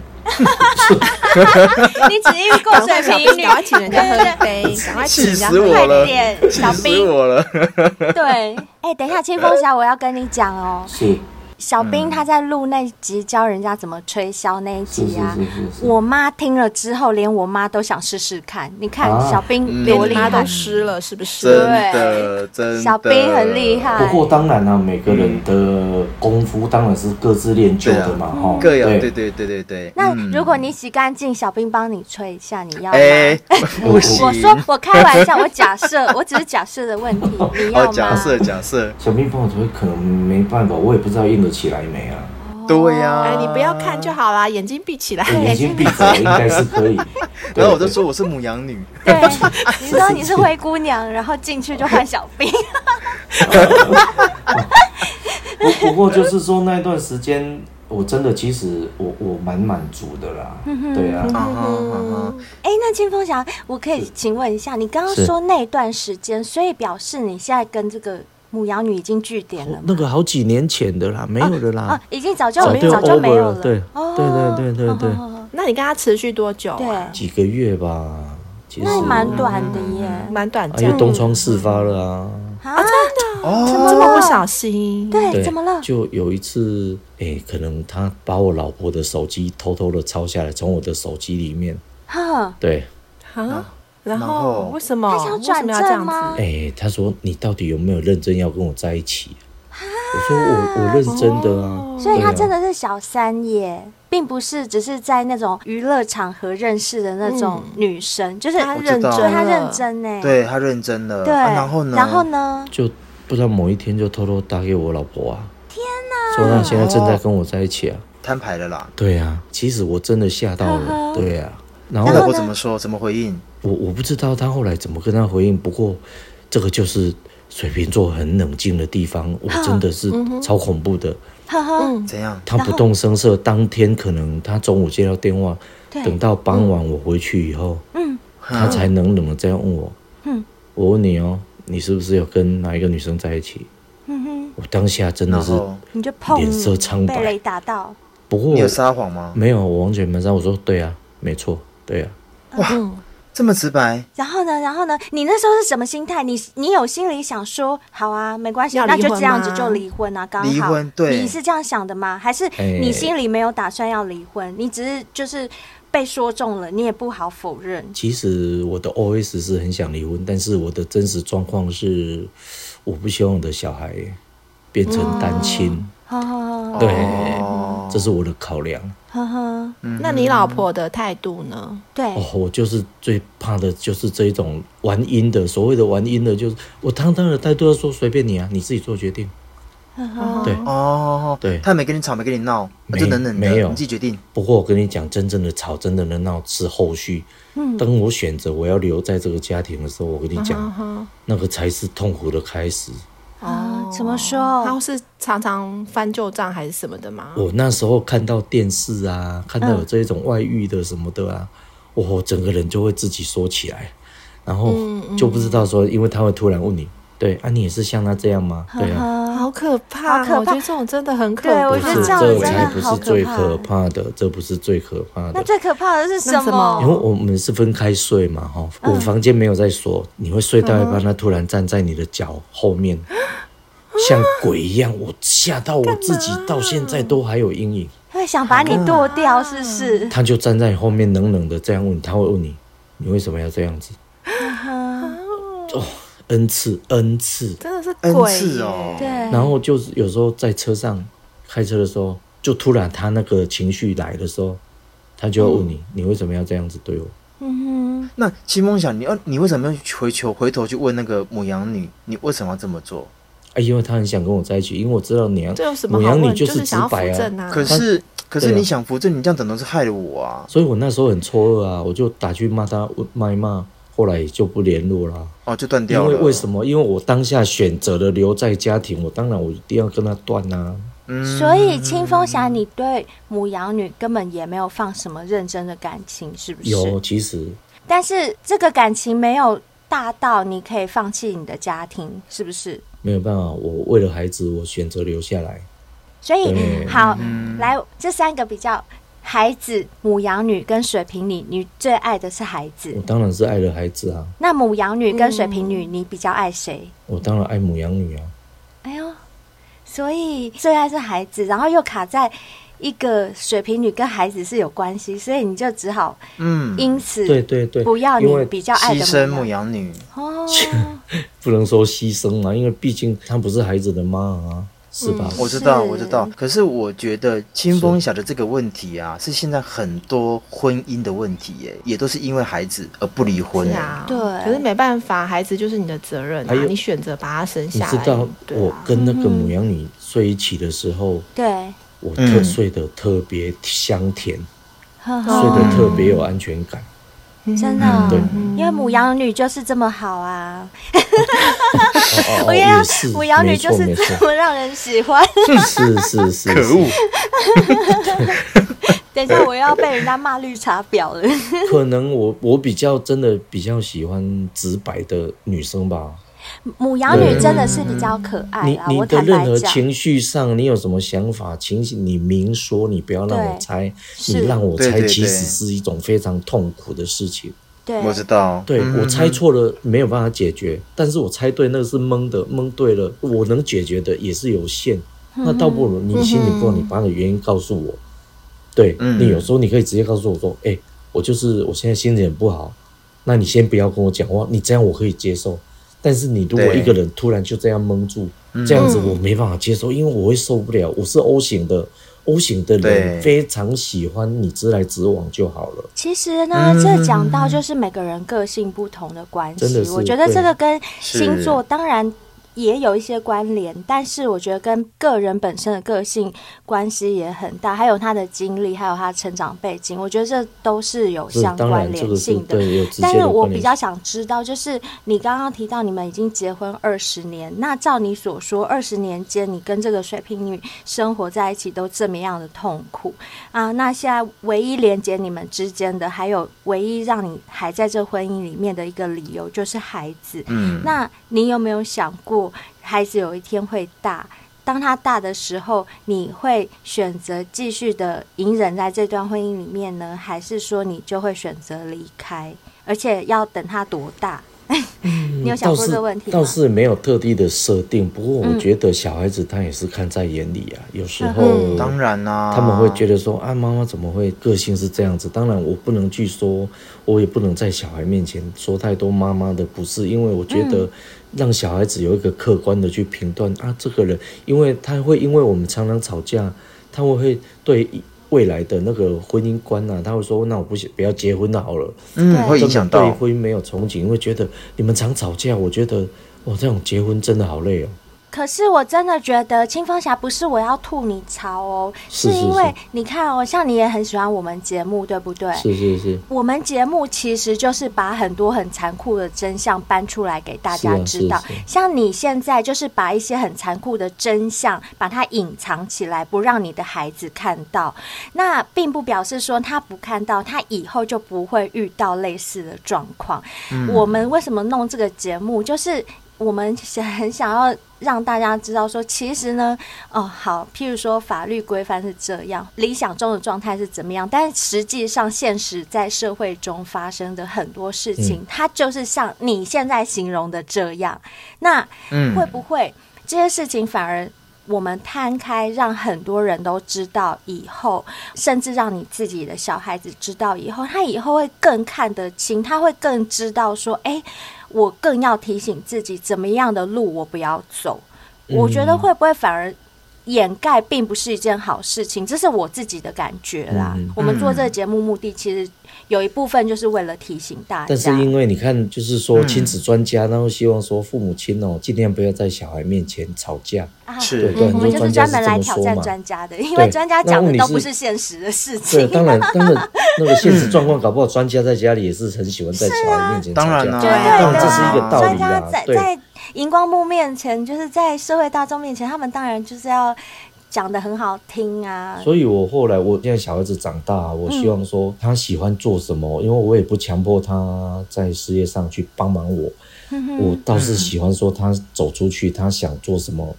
[SPEAKER 4] 你只遇过水瓶女，
[SPEAKER 3] 赶快请人家喝
[SPEAKER 4] 对
[SPEAKER 3] 杯，赶快
[SPEAKER 2] *laughs*
[SPEAKER 3] 请
[SPEAKER 2] 气
[SPEAKER 3] 人家
[SPEAKER 2] 死
[SPEAKER 3] 喝
[SPEAKER 2] 我了
[SPEAKER 4] 快点！
[SPEAKER 2] 气
[SPEAKER 4] 小
[SPEAKER 2] 死
[SPEAKER 4] 兵
[SPEAKER 2] 我了！
[SPEAKER 4] 对对。哎，等一下，清风侠，我要跟你讲哦，
[SPEAKER 5] 是
[SPEAKER 4] 小
[SPEAKER 2] 嗯
[SPEAKER 4] 兵他在录那集教人家怎么吹箫那一
[SPEAKER 5] 是是
[SPEAKER 4] 集啊。
[SPEAKER 5] 是是是，
[SPEAKER 4] 我妈听了之后，连我妈都想试试看。你看
[SPEAKER 5] 啊
[SPEAKER 4] 小兵
[SPEAKER 2] 嗯
[SPEAKER 4] 多厉
[SPEAKER 3] 连你妈
[SPEAKER 4] 害
[SPEAKER 3] 都，湿了，是不是？
[SPEAKER 2] 真的，真的，
[SPEAKER 4] 小兵很厉害
[SPEAKER 5] 不过当然了、啊每个人的功夫当然是各自练就
[SPEAKER 2] 对啊
[SPEAKER 5] 的嘛，
[SPEAKER 4] 嗯
[SPEAKER 5] 哈、
[SPEAKER 2] 嗯各有对
[SPEAKER 5] 对
[SPEAKER 2] 对对对对。
[SPEAKER 4] 那
[SPEAKER 2] 嗯
[SPEAKER 4] 如果你洗干净，小兵帮你吹一下，你要吗？
[SPEAKER 2] 哎， *laughs* 不行，
[SPEAKER 4] 我说我开玩笑，我假设，我只是假设的问题，你要
[SPEAKER 2] *laughs* 哦
[SPEAKER 4] 吗？，
[SPEAKER 2] 假设假设，
[SPEAKER 5] 小蜜蜂我会可能没办法，我也不知道硬得起来没啊。
[SPEAKER 2] 对
[SPEAKER 4] 哦
[SPEAKER 2] 呀、
[SPEAKER 3] 哎，你不要看就好啦，眼睛闭起来。
[SPEAKER 5] 我眼睛闭着应该是可以。
[SPEAKER 2] 然后我
[SPEAKER 5] 对
[SPEAKER 2] 就说，我是母羊女，
[SPEAKER 4] 对，你说你是灰姑娘，然后进去就换小
[SPEAKER 5] *laughs*
[SPEAKER 4] 兵，
[SPEAKER 5] 对不不过就是说那一段时间，我真的其实我我蛮满足的啦。
[SPEAKER 4] 嗯
[SPEAKER 5] 对啊，
[SPEAKER 2] 啊哈啊
[SPEAKER 4] 哎、那清风侠，我可以请问一下，你刚刚
[SPEAKER 5] 是
[SPEAKER 4] 说那段时间，所以表示你现在跟这个母羊女已经据点了吗？
[SPEAKER 5] 那个好几年前的啦，没有
[SPEAKER 4] 嗯哦
[SPEAKER 5] 的啦，，
[SPEAKER 4] 已经早就
[SPEAKER 5] 啊早就
[SPEAKER 4] 早就没
[SPEAKER 5] over
[SPEAKER 4] 有
[SPEAKER 5] 了对
[SPEAKER 4] 哦
[SPEAKER 5] 对对对对对
[SPEAKER 4] 好好好好
[SPEAKER 3] *laughs* 那你跟他持续多久
[SPEAKER 4] 对，
[SPEAKER 3] 啊？
[SPEAKER 5] 几个月吧，其实
[SPEAKER 4] 那蛮短的耶。
[SPEAKER 3] 蛮短
[SPEAKER 5] 啊，
[SPEAKER 3] 暂
[SPEAKER 5] 又
[SPEAKER 3] 的。
[SPEAKER 5] 东窗事发了啊。
[SPEAKER 4] 啊，
[SPEAKER 2] 哈！哦，
[SPEAKER 3] 这么不小心，
[SPEAKER 4] 对，哎怎么了？
[SPEAKER 5] 就有一次，哎、可能他把我老婆的手机偷偷的抄下来，从我的手机里面，
[SPEAKER 4] 哈，
[SPEAKER 5] 对，嗯
[SPEAKER 3] 啊，然
[SPEAKER 2] 然后
[SPEAKER 3] 后为什么？
[SPEAKER 4] 他想转
[SPEAKER 3] 为什么要这样
[SPEAKER 4] 正吗
[SPEAKER 3] 子？
[SPEAKER 5] 哎、他说你到底有没有认真要跟我在一起、我说我我认真的啊，
[SPEAKER 4] 啊哦所以他真
[SPEAKER 5] 的、
[SPEAKER 4] 的是小三耶，并不是只是在那种娱乐场合认识的那种女生，就是
[SPEAKER 3] 他认
[SPEAKER 2] 我知道
[SPEAKER 3] 真
[SPEAKER 4] 对
[SPEAKER 3] 了，
[SPEAKER 4] 他认真呢。
[SPEAKER 2] 对他认真了，
[SPEAKER 4] 对，
[SPEAKER 2] 啊然后呢？
[SPEAKER 4] 然后？呢？
[SPEAKER 5] 就不知道某一天就偷偷打给我老婆啊，天哪，说他现在正在跟我在一起啊，
[SPEAKER 2] 摊牌了啦。
[SPEAKER 5] 对啊，其实我真的吓到了，
[SPEAKER 4] 呵呵
[SPEAKER 5] 对啊，然
[SPEAKER 2] 你
[SPEAKER 5] 后
[SPEAKER 2] 老婆怎么说？怎么回应？
[SPEAKER 5] 我我不知道他后来怎么跟他回应，不过这个就是水瓶座很冷静的地方，我真的是
[SPEAKER 4] 嗯
[SPEAKER 5] 超恐怖的。
[SPEAKER 4] 呵
[SPEAKER 3] 嗯
[SPEAKER 4] 呵，
[SPEAKER 5] 嗯
[SPEAKER 2] 怎样？
[SPEAKER 5] 他不动声色，当天可能他中午接到电话，
[SPEAKER 4] 对
[SPEAKER 5] 等到傍晚我回去以后，
[SPEAKER 4] 嗯，
[SPEAKER 5] 他才冷冷的这样问我，
[SPEAKER 4] 嗯，
[SPEAKER 5] 我问你哦，你是不是有跟哪一个女生在一起？
[SPEAKER 4] 嗯哼，
[SPEAKER 5] 我当下真的
[SPEAKER 2] 然
[SPEAKER 5] 是，
[SPEAKER 2] 后
[SPEAKER 4] 你就碰
[SPEAKER 5] 脸色苍白
[SPEAKER 4] 被雷打到，
[SPEAKER 5] 不过
[SPEAKER 2] 你有撒谎吗？
[SPEAKER 5] 没有，我完全没上，我说对啊，没错，对啊，
[SPEAKER 2] 这么直白？
[SPEAKER 4] 然后呢？然后呢？你那时候是什么心态？你你有心里想说，好啊，没关系，
[SPEAKER 3] 要离
[SPEAKER 4] 那
[SPEAKER 3] 婚
[SPEAKER 4] 就这样子
[SPEAKER 3] 吗
[SPEAKER 4] 就离婚啊，刚好。
[SPEAKER 2] 离婚对
[SPEAKER 4] 你是这样想的吗？还是
[SPEAKER 5] 哎
[SPEAKER 4] 你心里没有打算要离婚？你只是就是被说中了，你也不好否认。
[SPEAKER 5] 其实我的 OS 是很想离婚，但是我的真实状况是，我不希望我的小孩变成单亲，
[SPEAKER 4] 呵呵
[SPEAKER 5] 对，
[SPEAKER 2] 哦
[SPEAKER 5] 这是我的考量。
[SPEAKER 4] 呵呵，
[SPEAKER 5] 嗯
[SPEAKER 3] 那你老婆的态度呢？
[SPEAKER 4] *laughs* 对
[SPEAKER 5] 哦，，我就是最怕的就是这种玩阴的，所谓的玩阴的，就是我堂堂的态度要说随便你啊，你自己做决定。
[SPEAKER 4] 呵呵，
[SPEAKER 5] 对，
[SPEAKER 2] 哦，
[SPEAKER 5] 对
[SPEAKER 2] 他没跟你吵，没跟你闹，啊
[SPEAKER 5] 没
[SPEAKER 2] 就冷冷的，
[SPEAKER 5] 没有
[SPEAKER 2] 你自己决定。
[SPEAKER 5] 不过我跟你讲，真正的吵，真正的闹是后续。嗯，当我选择我
[SPEAKER 2] 啊
[SPEAKER 5] 要留在这个家庭的时候，我跟你讲，那个才是痛苦的开始。
[SPEAKER 3] 哦，
[SPEAKER 4] 怎么
[SPEAKER 3] 他
[SPEAKER 4] 说？
[SPEAKER 3] 是常常翻旧账还是什么的吗？
[SPEAKER 5] 我那时候看到电视啊，看到
[SPEAKER 4] 嗯
[SPEAKER 5] 有这种外遇的什么的啊，我、整个人就会自己缩起来，然后
[SPEAKER 4] 嗯
[SPEAKER 5] 就不知道说，因为他会突然问你，对啊，你也是像他这样吗？对啊，
[SPEAKER 4] *laughs*
[SPEAKER 3] 好可怕
[SPEAKER 4] 好
[SPEAKER 3] 哦，
[SPEAKER 4] 可怕
[SPEAKER 3] 我觉得这种真的很可
[SPEAKER 4] 对
[SPEAKER 3] 怕。
[SPEAKER 4] 我
[SPEAKER 5] 不
[SPEAKER 4] 觉得
[SPEAKER 5] 是，
[SPEAKER 4] 这样
[SPEAKER 5] 这
[SPEAKER 4] 真
[SPEAKER 5] 才
[SPEAKER 4] 的
[SPEAKER 5] 不
[SPEAKER 4] 好
[SPEAKER 5] 是
[SPEAKER 4] 可
[SPEAKER 5] 最
[SPEAKER 4] 怕欸
[SPEAKER 5] 可怕的，这不是最可怕
[SPEAKER 4] 那
[SPEAKER 5] 的。
[SPEAKER 4] 最可怕的是什
[SPEAKER 3] 那什么
[SPEAKER 5] 因为我们是分开睡嘛，哈、
[SPEAKER 4] 嗯
[SPEAKER 5] 我房间没有在锁，你会睡到一半，他突然站在你的脚后面，像鬼一样，我吓到我自己，到现在都还有阴影。
[SPEAKER 4] 会想把你剁掉，是不 *laughs* 是？
[SPEAKER 5] 他就站在你后面冷冷的这样问你，他会问你，你为什么要这样子？哦，n 次 n 次，
[SPEAKER 3] 真的是鬼
[SPEAKER 2] N 次哦，
[SPEAKER 4] 对，
[SPEAKER 5] 然后就是有时候在车上开车的时候，就突然他那个情绪来的时候，他就要问你，你为什么要这样子对我？
[SPEAKER 4] 嗯
[SPEAKER 2] 那秦梦想，你要你为什么要回求回头去问那个母羊女，你为什么要这么做？
[SPEAKER 5] 啊，因为他很想跟我在一起，因为我知道你啊
[SPEAKER 3] 这有什，么
[SPEAKER 5] 母
[SPEAKER 3] 好
[SPEAKER 5] 羊
[SPEAKER 3] 问？
[SPEAKER 5] 你
[SPEAKER 3] 就是
[SPEAKER 5] 直
[SPEAKER 3] 想要扶
[SPEAKER 5] 白
[SPEAKER 3] 正
[SPEAKER 5] 啊，
[SPEAKER 3] 啊。
[SPEAKER 2] 可是可是
[SPEAKER 5] 对啊
[SPEAKER 2] 你想扶正，你这样等同是害了我啊！
[SPEAKER 5] 所以我那时候很错愕啊，我就打去骂他，我骂一骂，后来也就不联络啦。
[SPEAKER 2] 哦，就断
[SPEAKER 5] 因
[SPEAKER 2] 掉了。
[SPEAKER 5] 为为什么？因为我当下选择了留在家庭，我当然我一定要跟他断啊。
[SPEAKER 2] 嗯
[SPEAKER 4] 哼，所以清风侠，你对母羊女根本也没有放什么认真的感情，是不是？
[SPEAKER 5] 有，其实
[SPEAKER 4] 但是这个感情没有大到你可以放弃你的家庭，是不是？
[SPEAKER 5] 没有办法，我为了孩子，我选择留下来。
[SPEAKER 4] 所以
[SPEAKER 5] 对
[SPEAKER 4] 好，
[SPEAKER 2] 嗯
[SPEAKER 4] 来这三个比较，孩子、母羊女跟水瓶女，你最爱的是孩子
[SPEAKER 5] 我。当然是爱了孩子啊，
[SPEAKER 4] 那母羊女跟水瓶女，你比较爱谁？
[SPEAKER 5] 我当然爱母养女啊。
[SPEAKER 4] 哎呦，所以最爱是孩子，然后又卡在一个水瓶女跟孩子是有关系，所以你就只好
[SPEAKER 2] 嗯，
[SPEAKER 4] 因此
[SPEAKER 5] 对对对，
[SPEAKER 4] 不要
[SPEAKER 5] 因为
[SPEAKER 4] 你比较爱
[SPEAKER 2] 牺牲
[SPEAKER 4] 的
[SPEAKER 2] 母
[SPEAKER 4] 母羊
[SPEAKER 2] 羊女，
[SPEAKER 4] 哦，
[SPEAKER 5] 不能说牺牲嘛，因为毕竟她不是孩子的妈啊，是吧？
[SPEAKER 4] 嗯
[SPEAKER 2] 我知道，
[SPEAKER 4] 是
[SPEAKER 2] 我知道。可是我觉得清风小的这个问题啊，是现在很多婚姻的问题耶，也都是因为孩子而不离婚
[SPEAKER 3] 是
[SPEAKER 2] 耶。
[SPEAKER 3] 啊，
[SPEAKER 4] 对
[SPEAKER 3] 可是没办法，孩子就是你的责任啊
[SPEAKER 5] 还，有
[SPEAKER 3] 你选择把他生
[SPEAKER 5] 你
[SPEAKER 3] 下来。
[SPEAKER 5] 知道
[SPEAKER 3] 对啊
[SPEAKER 5] 我跟那个母羊女睡一起的时候，
[SPEAKER 4] 对，
[SPEAKER 5] 我
[SPEAKER 2] 嗯
[SPEAKER 5] 特睡得特别香甜，
[SPEAKER 4] 呵
[SPEAKER 5] 睡
[SPEAKER 4] 呵，
[SPEAKER 5] 得特别有安全感。
[SPEAKER 4] 真的哦、
[SPEAKER 5] 嗯对
[SPEAKER 3] 嗯
[SPEAKER 4] 因为母羊女就是这么好啊，
[SPEAKER 5] 哦哦
[SPEAKER 4] *laughs* 我
[SPEAKER 5] 哦，
[SPEAKER 4] 也
[SPEAKER 5] 也是，
[SPEAKER 4] 母羊女
[SPEAKER 5] 没
[SPEAKER 4] 就
[SPEAKER 5] 错
[SPEAKER 4] 是
[SPEAKER 5] 没
[SPEAKER 4] 这
[SPEAKER 5] 错，
[SPEAKER 4] 么让人喜欢。
[SPEAKER 5] *laughs* 是是是，
[SPEAKER 2] 可恶
[SPEAKER 5] 是！
[SPEAKER 4] 等一下我要被人家骂绿茶婊
[SPEAKER 5] *laughs*
[SPEAKER 4] 了。
[SPEAKER 5] 可能我我比较真的比较喜欢直白的女生吧。
[SPEAKER 4] 母羊女真的是比较可爱
[SPEAKER 5] 你
[SPEAKER 4] 啦，
[SPEAKER 5] 你
[SPEAKER 4] 我
[SPEAKER 5] 的
[SPEAKER 4] 坦
[SPEAKER 5] 任
[SPEAKER 4] 白
[SPEAKER 5] 何
[SPEAKER 4] 讲，
[SPEAKER 5] 情绪上，你有什么想法情形，你明说，你不要让我
[SPEAKER 4] 对
[SPEAKER 5] 猜，
[SPEAKER 4] 是
[SPEAKER 5] 你让我
[SPEAKER 2] 对
[SPEAKER 5] 猜
[SPEAKER 2] 对
[SPEAKER 5] 其
[SPEAKER 2] 对
[SPEAKER 5] 实是一种非常痛苦的事情。
[SPEAKER 4] 对，
[SPEAKER 2] 我知道，
[SPEAKER 5] 对
[SPEAKER 2] 嗯
[SPEAKER 5] 我猜，错了没有办法解决，但是我猜对那个是蒙的，蒙对了，我能解决的也是有限。
[SPEAKER 4] 嗯
[SPEAKER 5] 那倒不如你心里不好，你把你的原因告诉我。对
[SPEAKER 2] 嗯
[SPEAKER 5] 你有时候你可以直接告诉我说，哎、我就是我现在心情很不好，那你先不要跟我讲话，你这样我可以接受。但是你如果
[SPEAKER 2] 对
[SPEAKER 5] 一个人突然就这样蒙住，
[SPEAKER 4] 嗯
[SPEAKER 5] 这样子我没办法接受，因为我会受不了。我是 O 型的，O 型的
[SPEAKER 2] 对
[SPEAKER 5] 人非常喜欢你直来直往就好了。
[SPEAKER 4] 其实呢，这讲到就是每个人个性不同的关
[SPEAKER 5] 嗯真的
[SPEAKER 4] 系，
[SPEAKER 5] 是
[SPEAKER 4] 我觉得这个跟
[SPEAKER 2] 是
[SPEAKER 4] 星座当然也有一些关联，但是我觉得跟个人本身的个性关系也很大，还有他的经历，还有他的成长背景，我觉得这都是有
[SPEAKER 5] 这
[SPEAKER 4] 相
[SPEAKER 5] 当
[SPEAKER 4] 关
[SPEAKER 5] 然这
[SPEAKER 4] 联
[SPEAKER 5] 个是
[SPEAKER 4] 性的。
[SPEAKER 5] 对有直接的
[SPEAKER 4] 但是我
[SPEAKER 5] 关
[SPEAKER 4] 比
[SPEAKER 5] 联
[SPEAKER 4] 较想知道，就是你刚刚提到你们已经结婚二十年，那照你所说，二十年间你跟这个水瓶女生活在一起都这么样的痛苦啊？那现在唯一连接你们之间的，还有唯一让你还在这婚姻里面的一个理由就是孩子。
[SPEAKER 2] 嗯，
[SPEAKER 4] 那你有没有想过，孩子有一天会大？当他大的时候，你会选择继续的隐忍在这段婚姻里面呢，还是说你就会选择离开？而且要等他多大？你有想
[SPEAKER 5] 嗯倒
[SPEAKER 4] 过
[SPEAKER 5] 是
[SPEAKER 4] 这个问题吗？
[SPEAKER 5] 倒是没有特地的设定，不过
[SPEAKER 4] 嗯
[SPEAKER 5] 我觉得小孩子他也是看在眼里啊，有时候。
[SPEAKER 3] 嗯
[SPEAKER 2] 当然啊啦、
[SPEAKER 5] 他们会觉
[SPEAKER 2] 得
[SPEAKER 5] 得说啊，妈妈怎么会个性是这样子？当然，我不能去说，我也不能在小孩面前说太多妈妈的不是，因为我觉
[SPEAKER 4] 嗯
[SPEAKER 5] 得让小孩子有一个客观的去评断啊，这个人，因为他会因为我们常常吵架，他会会对未来的那个婚姻观啊，他会说，那我不想不要结婚了好了，
[SPEAKER 2] 嗯
[SPEAKER 4] 对
[SPEAKER 2] 会影响
[SPEAKER 5] 真的
[SPEAKER 2] 到
[SPEAKER 5] 对，婚姻没有憧憬，因为觉得你们常吵架，我觉得哇，这种结婚真的好累哦。
[SPEAKER 4] 可是我真的觉得清风侠不是我要吐你槽哦，
[SPEAKER 5] 是是
[SPEAKER 4] 因
[SPEAKER 5] 是
[SPEAKER 4] 为你看哦，像你也很喜欢我们节目，对不对？
[SPEAKER 5] 是是是，
[SPEAKER 4] 我们节目其实就是把很多很残酷的真相搬出来给大家
[SPEAKER 5] 是啊
[SPEAKER 4] 知道。
[SPEAKER 5] 是是
[SPEAKER 4] 像你现在就是把一些很残酷的真相把它隐藏起来，不让你的孩子看到。那并不表示说他不看到，他以后就不会遇到类似的状况。
[SPEAKER 5] 嗯
[SPEAKER 4] 我们为什么弄这个节目，就是我们想很想要让大家知道说，其实呢，哦，好，譬如说法律规范是这样，理想中的状态是怎么样，但是实际上现实在社会中发生的很多事情，它就是像你现在形容的这样。那
[SPEAKER 2] 嗯
[SPEAKER 4] 会不会这些事情反而我们摊开，让很多人都知道以后，甚至让你自己的小孩子知道以后，他以后会更看得清，他会更知道说，哎、我更要提醒自己怎么样的路我不要走。
[SPEAKER 5] 嗯
[SPEAKER 4] 我觉得会不会反而掩盖并不是一件好事情，这是我自己的感觉啦。
[SPEAKER 5] 嗯嗯
[SPEAKER 4] 我们做这个节目目的其实有一部分就是为了提醒大家，
[SPEAKER 5] 但是因为你看，就是说亲子专家，然后希望说父母亲哦，尽量不要在小孩面前吵架。
[SPEAKER 4] 啊
[SPEAKER 2] 是
[SPEAKER 5] 对
[SPEAKER 4] 嗯
[SPEAKER 5] 对，
[SPEAKER 4] 我
[SPEAKER 5] 很
[SPEAKER 4] 们
[SPEAKER 5] 多
[SPEAKER 4] 就是
[SPEAKER 5] 专家
[SPEAKER 4] 专
[SPEAKER 5] 是
[SPEAKER 4] 门
[SPEAKER 5] 这
[SPEAKER 4] 来
[SPEAKER 5] 么
[SPEAKER 4] 挑
[SPEAKER 5] 说
[SPEAKER 4] 战
[SPEAKER 5] 嘛。
[SPEAKER 4] 专家的，因为专家讲的都不是现实的事
[SPEAKER 5] 对，
[SPEAKER 4] 情。
[SPEAKER 5] 当然，当然，那个现实状况，搞不好专家在家里也是很喜
[SPEAKER 4] *laughs*
[SPEAKER 5] 欢在
[SPEAKER 4] 啊
[SPEAKER 5] 小孩面前吵
[SPEAKER 2] 当然
[SPEAKER 5] 架。
[SPEAKER 2] 啦、
[SPEAKER 4] 对
[SPEAKER 5] 当然这是一
[SPEAKER 4] 对
[SPEAKER 5] 个
[SPEAKER 4] 啊，
[SPEAKER 5] 道理
[SPEAKER 4] 专
[SPEAKER 5] 啦
[SPEAKER 4] 家在
[SPEAKER 5] 对
[SPEAKER 4] 在荧光幕面前，就是在社会大众面前，他们当然就是要讲的很好听啊。
[SPEAKER 5] 所以我后来，我现在小孩子长大，我希望说他喜欢做什么，因为我也不强迫他在事业上去帮忙我，
[SPEAKER 4] 嗯
[SPEAKER 5] 我倒是喜欢说他走出去，他想做什么，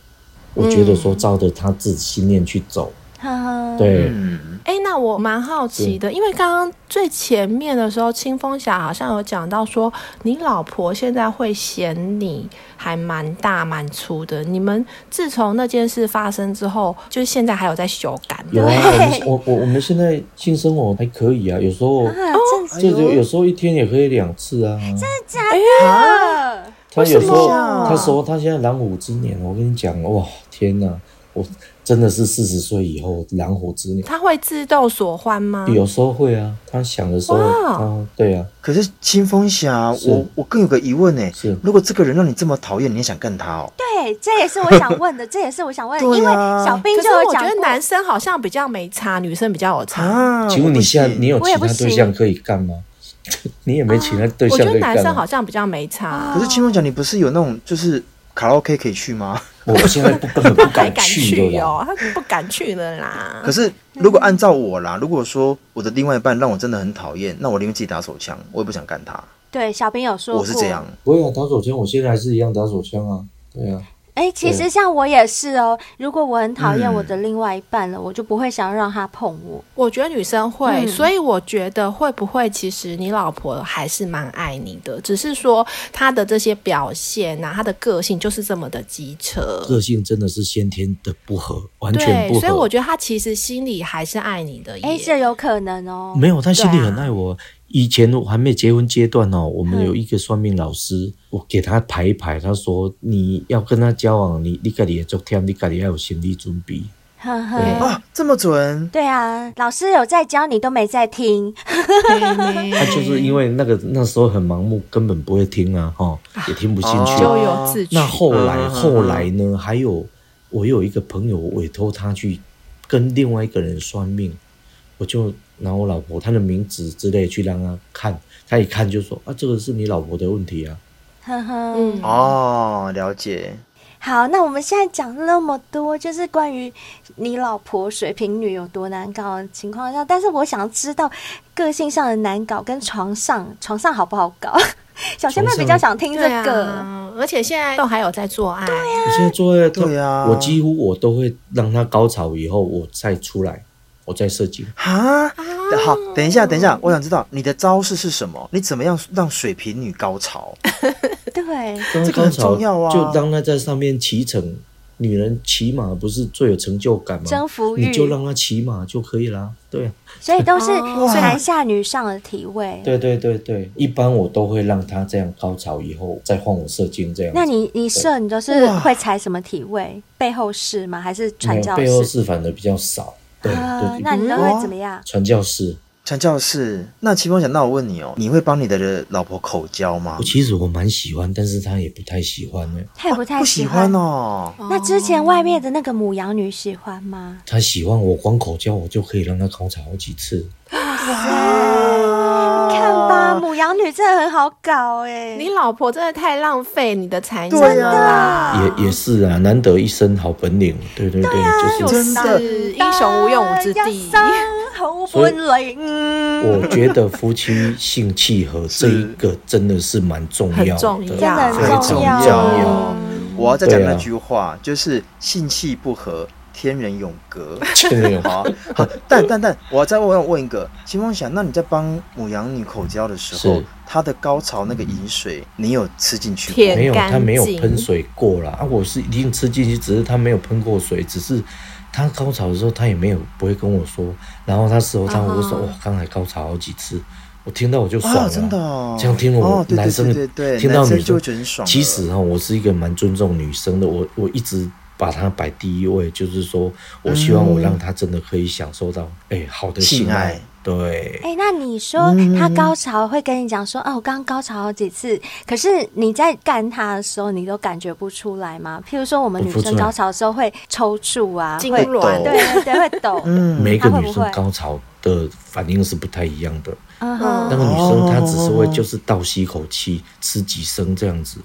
[SPEAKER 5] 我觉得说照着他自己信念去走，
[SPEAKER 4] 呵呵，
[SPEAKER 5] 对，
[SPEAKER 2] 嗯，
[SPEAKER 3] 哎，那我蛮好奇的，因为刚刚最前面的时候，清风侠好像有讲到说，你老婆现在会嫌你还蛮大蛮粗的。你们自从那件事发生之后，就是现在还有在修改
[SPEAKER 5] 有
[SPEAKER 3] 吗？
[SPEAKER 5] 啊，我们
[SPEAKER 4] 对
[SPEAKER 5] 我我我们现在性生活还可以啊，有时候
[SPEAKER 4] 啊，真
[SPEAKER 5] 这就有时候一天也可以两次啊。
[SPEAKER 4] 的，
[SPEAKER 5] 他有时候
[SPEAKER 3] 为什么
[SPEAKER 5] 他说他现在狼虎之年，我跟你讲，哇，天哪，我真的是四十岁以后狼虎之年。
[SPEAKER 3] 他会自动锁欢吗？
[SPEAKER 5] 有时候会啊，他想的时候，
[SPEAKER 3] 哇
[SPEAKER 5] 他对啊，
[SPEAKER 2] 可是清风侠，
[SPEAKER 5] 是
[SPEAKER 2] 我我更有个疑问呢
[SPEAKER 5] 是，
[SPEAKER 2] 如果这个人让你这么讨厌，你也想干他哦？
[SPEAKER 4] 对，这也是我想问
[SPEAKER 5] *laughs*
[SPEAKER 4] 的，这也是我想问的，因
[SPEAKER 2] 对
[SPEAKER 4] 为
[SPEAKER 2] 啊
[SPEAKER 4] 小兵
[SPEAKER 3] 可
[SPEAKER 4] 就是有
[SPEAKER 3] 我觉
[SPEAKER 4] 讲
[SPEAKER 3] 得
[SPEAKER 4] 过，
[SPEAKER 3] 男生好像比较没差，女生比较有差。
[SPEAKER 2] 啊，
[SPEAKER 5] 请问你现在你有
[SPEAKER 4] 我
[SPEAKER 5] 其
[SPEAKER 4] 也
[SPEAKER 5] 他
[SPEAKER 4] 不
[SPEAKER 5] 对
[SPEAKER 4] 行
[SPEAKER 5] 象可以干吗？ *laughs* 你也没其他对
[SPEAKER 3] 我觉
[SPEAKER 5] 象可
[SPEAKER 3] 得
[SPEAKER 5] 以
[SPEAKER 3] 男
[SPEAKER 5] 干
[SPEAKER 3] 生好
[SPEAKER 5] 啊。
[SPEAKER 3] 像比较没差
[SPEAKER 2] 可，是清风侠，你不是有那种就是卡拉 OK 可以去
[SPEAKER 4] *laughs*
[SPEAKER 2] 吗？
[SPEAKER 5] 我现在不根本不
[SPEAKER 3] 还
[SPEAKER 5] 敢
[SPEAKER 3] 敢
[SPEAKER 5] 去
[SPEAKER 3] 去
[SPEAKER 5] 的啦。
[SPEAKER 3] 哦，他不敢去了啦。
[SPEAKER 2] 可是如果按照我啦，如果说我的另外一半让我真的很讨厌，那我宁愿自己打手枪，我也不想干他。
[SPEAKER 4] 对，小兵有说过，
[SPEAKER 2] 我是这样，
[SPEAKER 5] 不会啊，打手枪，我现在还是一样打手枪啊。对啊，
[SPEAKER 4] 哎、其实
[SPEAKER 5] 对
[SPEAKER 4] 像我也是哦。如果我很讨厌我的
[SPEAKER 2] 嗯
[SPEAKER 4] 另外一半了，我就不会想让他碰我。
[SPEAKER 3] 我觉得女生会，
[SPEAKER 4] 嗯
[SPEAKER 3] 所以我觉得会不会其实你老婆还是蛮爱你的，只是说她的这些表现啊，她的个性就是这么的机车。
[SPEAKER 5] 个性真的是先天的不合，完全
[SPEAKER 3] 对
[SPEAKER 5] 不合。，
[SPEAKER 3] 所以我觉得她其实心里还是爱你的
[SPEAKER 4] *laughs*
[SPEAKER 3] 耶。
[SPEAKER 4] 哎、这有可能哦。
[SPEAKER 5] 没有，他心里
[SPEAKER 3] 对啊
[SPEAKER 5] 很爱我。以前我还没结婚阶段哦，我们
[SPEAKER 4] 嗯
[SPEAKER 5] 有一个算命老师，我给他排一排，他说你要跟他交往，你你自己也做天，你自己要有心理准备。
[SPEAKER 4] 呵
[SPEAKER 5] 对
[SPEAKER 4] 呵。
[SPEAKER 2] 啊，这么准，
[SPEAKER 4] 对啊，老师有在教，你都没在听。
[SPEAKER 5] 他就是因为那个那时候很盲目，根本不会听啊，哈、也听不进去。
[SPEAKER 3] 咎由自取。
[SPEAKER 5] 哦那后来、
[SPEAKER 2] 嗯嗯嗯
[SPEAKER 5] 后来呢？还有我有一个朋友，我委托他去跟另外一个人算命，我就拿我老婆她的名字之类去让他看，他一看就说啊，这个是你老婆的问题啊。
[SPEAKER 4] 呵呵。
[SPEAKER 3] 嗯，
[SPEAKER 2] 哦，了解。
[SPEAKER 4] 好，那我们现在讲那么多，就是关于你老婆水瓶女有多难搞的情况下，但是我想知道个性上的难搞跟床上床上好不好搞？ *laughs* 小仙妹比较想听这
[SPEAKER 3] 对
[SPEAKER 4] 个。啊
[SPEAKER 3] 啊，而且现在都还有在做爱。对呀、
[SPEAKER 5] 我现在做爱，
[SPEAKER 2] 对啊
[SPEAKER 5] 我几乎我都会让他高潮以后我再出来，我再射精。
[SPEAKER 2] 哈，
[SPEAKER 4] 啊
[SPEAKER 2] 好，等一下，等一下，我想知道你的招式是什么？你怎么样让水瓶女高潮？
[SPEAKER 4] 对，
[SPEAKER 5] 让
[SPEAKER 2] 这个
[SPEAKER 5] 他高
[SPEAKER 2] 很
[SPEAKER 5] 潮
[SPEAKER 2] 重要啊
[SPEAKER 5] 就让他在上面骑乘。女人骑马不是最有成就感吗？
[SPEAKER 4] 征服欲
[SPEAKER 5] 你就让她骑马就可以啦。对啊，
[SPEAKER 4] 所以都是
[SPEAKER 3] 哦
[SPEAKER 4] 男下女上的体位。
[SPEAKER 5] 对对对对，一般我都会让他这样高潮以后再换我射精这样子。
[SPEAKER 4] 那你你射你都是会踩什么体位？背后式吗？还是
[SPEAKER 5] 没
[SPEAKER 4] 传
[SPEAKER 5] 有
[SPEAKER 4] 教
[SPEAKER 5] 背后
[SPEAKER 4] 式？
[SPEAKER 5] 式反而比较少。对
[SPEAKER 4] 啊
[SPEAKER 5] 对，
[SPEAKER 4] 那
[SPEAKER 5] 对，
[SPEAKER 2] 哦
[SPEAKER 4] 你都会怎么样？
[SPEAKER 5] 传教士
[SPEAKER 2] 传教士。那奇峰想，那我问你哦，你会帮你的老婆口交吗
[SPEAKER 5] 我？其实我蛮喜欢，但是他也不太喜欢呢。
[SPEAKER 4] 他也不太
[SPEAKER 2] 不喜欢
[SPEAKER 4] 哦。
[SPEAKER 2] 哦。
[SPEAKER 4] 那之前外面的那个母羊女喜欢吗？
[SPEAKER 5] 他喜欢我光口交，我就可以让他高潮好几次。
[SPEAKER 4] 你看吧，母羊女真的很好搞哎、
[SPEAKER 3] 你老婆真的太浪费你的才能
[SPEAKER 2] 对
[SPEAKER 3] 了
[SPEAKER 2] 啊
[SPEAKER 3] 啦，
[SPEAKER 5] 也也是啊，难得一身好本领。对对对，
[SPEAKER 4] 啊
[SPEAKER 3] 就
[SPEAKER 5] 就是
[SPEAKER 2] 真
[SPEAKER 3] 是
[SPEAKER 2] 的
[SPEAKER 3] 英雄无用武之地。 *laughs*
[SPEAKER 4] 红
[SPEAKER 5] 所以
[SPEAKER 4] 本领，
[SPEAKER 5] 我觉得夫妻性契合这一个真的是蛮重
[SPEAKER 3] 很
[SPEAKER 5] 要
[SPEAKER 3] 重
[SPEAKER 5] 的，
[SPEAKER 4] 真的
[SPEAKER 3] 非
[SPEAKER 4] 很
[SPEAKER 5] 常
[SPEAKER 4] 重
[SPEAKER 5] 重
[SPEAKER 2] 要
[SPEAKER 4] 要。
[SPEAKER 2] 我要再讲
[SPEAKER 5] 对啊
[SPEAKER 2] 那句话，就是性气不合，天人永隔。
[SPEAKER 4] *laughs*
[SPEAKER 5] 真的有
[SPEAKER 2] 好啊，好，但但但，我再问问一个，秦风想，那你在帮母羊女口交的时候
[SPEAKER 5] 是，
[SPEAKER 2] 她的高潮那个饮水，你有吃进去过？
[SPEAKER 3] 天
[SPEAKER 5] 没有，
[SPEAKER 3] 干
[SPEAKER 5] 他没有
[SPEAKER 3] 净
[SPEAKER 5] 喷水过啦。啊，我是一定吃进去，只是他没有喷过水，只是他高潮的时候他也没有不会跟我说，然后他事后他我就说
[SPEAKER 3] 哦
[SPEAKER 5] 哇，刚才高潮好几次，我听到我就爽了，
[SPEAKER 2] 哦啊真的哦
[SPEAKER 5] 这样听了我、
[SPEAKER 2] 哦对对
[SPEAKER 5] 男生
[SPEAKER 2] 对对对
[SPEAKER 5] 听到
[SPEAKER 2] 男生
[SPEAKER 5] 女
[SPEAKER 2] 就会觉得很爽了
[SPEAKER 5] 其实哈、我是一个蛮尊重女生的，我我一直。把她摆第一位，就是说我希望我让她真的可以享受到哎、好的
[SPEAKER 2] 性
[SPEAKER 5] 性爱，
[SPEAKER 2] 爱
[SPEAKER 5] 对，
[SPEAKER 4] 哎、那你说他高潮会跟你讲说，哦，我刚高潮好几次，可是你在干他的时候，你都感觉不出来吗？譬如说，我们女
[SPEAKER 5] 不出
[SPEAKER 4] 生
[SPEAKER 5] 来
[SPEAKER 4] 高潮的时候会抽搐啊，
[SPEAKER 3] 痉
[SPEAKER 4] 会
[SPEAKER 3] 挛
[SPEAKER 4] 对对对，会抖。
[SPEAKER 2] 嗯，
[SPEAKER 5] 每一个
[SPEAKER 4] 她会
[SPEAKER 5] 女
[SPEAKER 4] 不
[SPEAKER 5] 生
[SPEAKER 4] 会
[SPEAKER 5] 高潮的反应是不太一样的。
[SPEAKER 4] 嗯
[SPEAKER 5] 那
[SPEAKER 4] 哼，
[SPEAKER 5] 个女生她只是会
[SPEAKER 2] 哦
[SPEAKER 5] 就是倒吸一口气，吃几声这样子。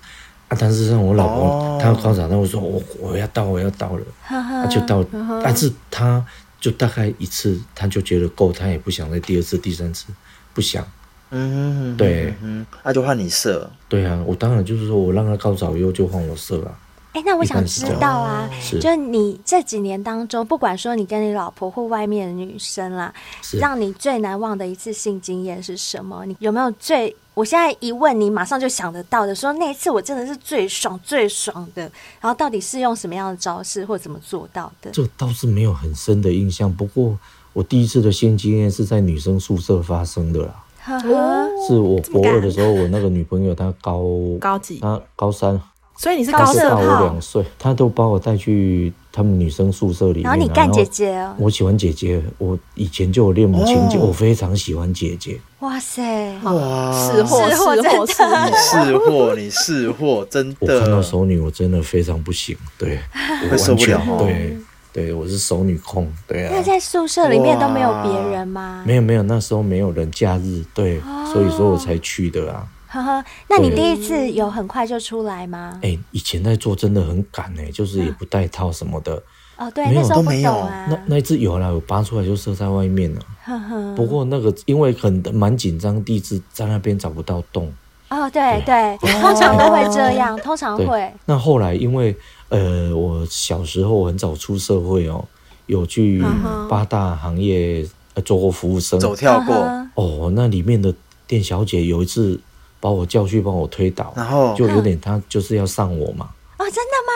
[SPEAKER 5] 啊，但是像我老公，
[SPEAKER 2] 哦
[SPEAKER 5] 他高潮，他会说我我要到我要到了，
[SPEAKER 4] 呵呵
[SPEAKER 3] 嗯
[SPEAKER 5] 他就到，但是他就大概一次，他就觉得够，他也不想再第二次、第三次，不想。
[SPEAKER 2] 嗯，嗯，
[SPEAKER 5] 对
[SPEAKER 2] 嗯，那就换你射。
[SPEAKER 5] 对啊，我当然就是说我让他高潮以后就换我射啊，
[SPEAKER 4] 哎、那我
[SPEAKER 5] 一
[SPEAKER 4] 想
[SPEAKER 5] 般是
[SPEAKER 4] 知
[SPEAKER 5] 这样
[SPEAKER 4] 道啊，
[SPEAKER 5] 是
[SPEAKER 4] 就你这几年当中，不管说你跟你老婆或外面的女生啦，
[SPEAKER 5] 是
[SPEAKER 4] 让你最难忘的一次性经验是什么？你有没有最？我现在一问你，马上就想得到的，说那一次我真的是最爽最爽的。然后到底是用什么样的招式或怎么做到的？
[SPEAKER 5] 这倒是没有很深的印象。不过我第一次的性经验是在女生宿舍发生的啦，
[SPEAKER 4] 呵
[SPEAKER 3] 哦
[SPEAKER 4] 呵，
[SPEAKER 5] 是我
[SPEAKER 3] 么
[SPEAKER 5] 国二
[SPEAKER 3] 干
[SPEAKER 5] 的时候，我那个女朋友她高
[SPEAKER 3] 高级，
[SPEAKER 5] 她高三。
[SPEAKER 3] 所以你是
[SPEAKER 4] 高
[SPEAKER 3] 高
[SPEAKER 4] 射
[SPEAKER 5] 是
[SPEAKER 3] 射
[SPEAKER 5] 大
[SPEAKER 4] 炮
[SPEAKER 5] 我两岁，他都把我带去他们女生宿舍里面。啊
[SPEAKER 4] 然后你干姐姐哦
[SPEAKER 5] 我喜欢姐姐，我以前就有恋母情节，
[SPEAKER 2] 哦
[SPEAKER 5] 我非常喜欢姐姐。
[SPEAKER 4] 哇塞！
[SPEAKER 2] 哇，
[SPEAKER 5] 哦
[SPEAKER 3] 是货
[SPEAKER 4] 是
[SPEAKER 3] 是
[SPEAKER 4] 货
[SPEAKER 3] 货是
[SPEAKER 2] 你
[SPEAKER 3] *laughs*
[SPEAKER 2] 是
[SPEAKER 3] 货，
[SPEAKER 2] 货，你是货，真
[SPEAKER 5] 我看到
[SPEAKER 2] 的。
[SPEAKER 5] 熟女，我真的非常不行，对，我
[SPEAKER 2] 会受
[SPEAKER 5] 完
[SPEAKER 2] 不
[SPEAKER 5] 全
[SPEAKER 2] 了哦
[SPEAKER 5] 对对，我是熟女控，对啊
[SPEAKER 4] 那。在宿舍里面都没有别人吗？
[SPEAKER 5] 没有没有，那时候没有人，假日对，
[SPEAKER 4] 哦
[SPEAKER 5] 所以说我才去的啊。
[SPEAKER 4] 呵呵，那你
[SPEAKER 5] 对
[SPEAKER 4] 第一次有很快就出来吗？
[SPEAKER 5] 哎、以前在做真的很赶哎、就是
[SPEAKER 4] 嗯
[SPEAKER 5] 也不带套什么的。
[SPEAKER 4] 哦，对，
[SPEAKER 5] 没有
[SPEAKER 4] 那时候
[SPEAKER 5] 都
[SPEAKER 4] 不
[SPEAKER 2] 没有
[SPEAKER 4] 懂啊。
[SPEAKER 5] 那那一次有啦，我拔出来就射在外面了。
[SPEAKER 4] 呵呵，
[SPEAKER 5] 不过那个因为很蛮紧张，第一次在那边找不到洞，
[SPEAKER 4] 哦，对对，通常都会这样，通常啊会
[SPEAKER 5] 哦对，那后来因为呃，我小时候很早出社会哦，有去
[SPEAKER 4] 啊
[SPEAKER 5] 八大行业、呃、做过服务生。
[SPEAKER 2] 走跳过，
[SPEAKER 4] 嗯
[SPEAKER 5] 哦，那里面的店小姐有一次把我叫去帮我推倒，
[SPEAKER 2] 然后
[SPEAKER 5] 就有点她就是要上我嘛。
[SPEAKER 4] 哼哦，真的吗？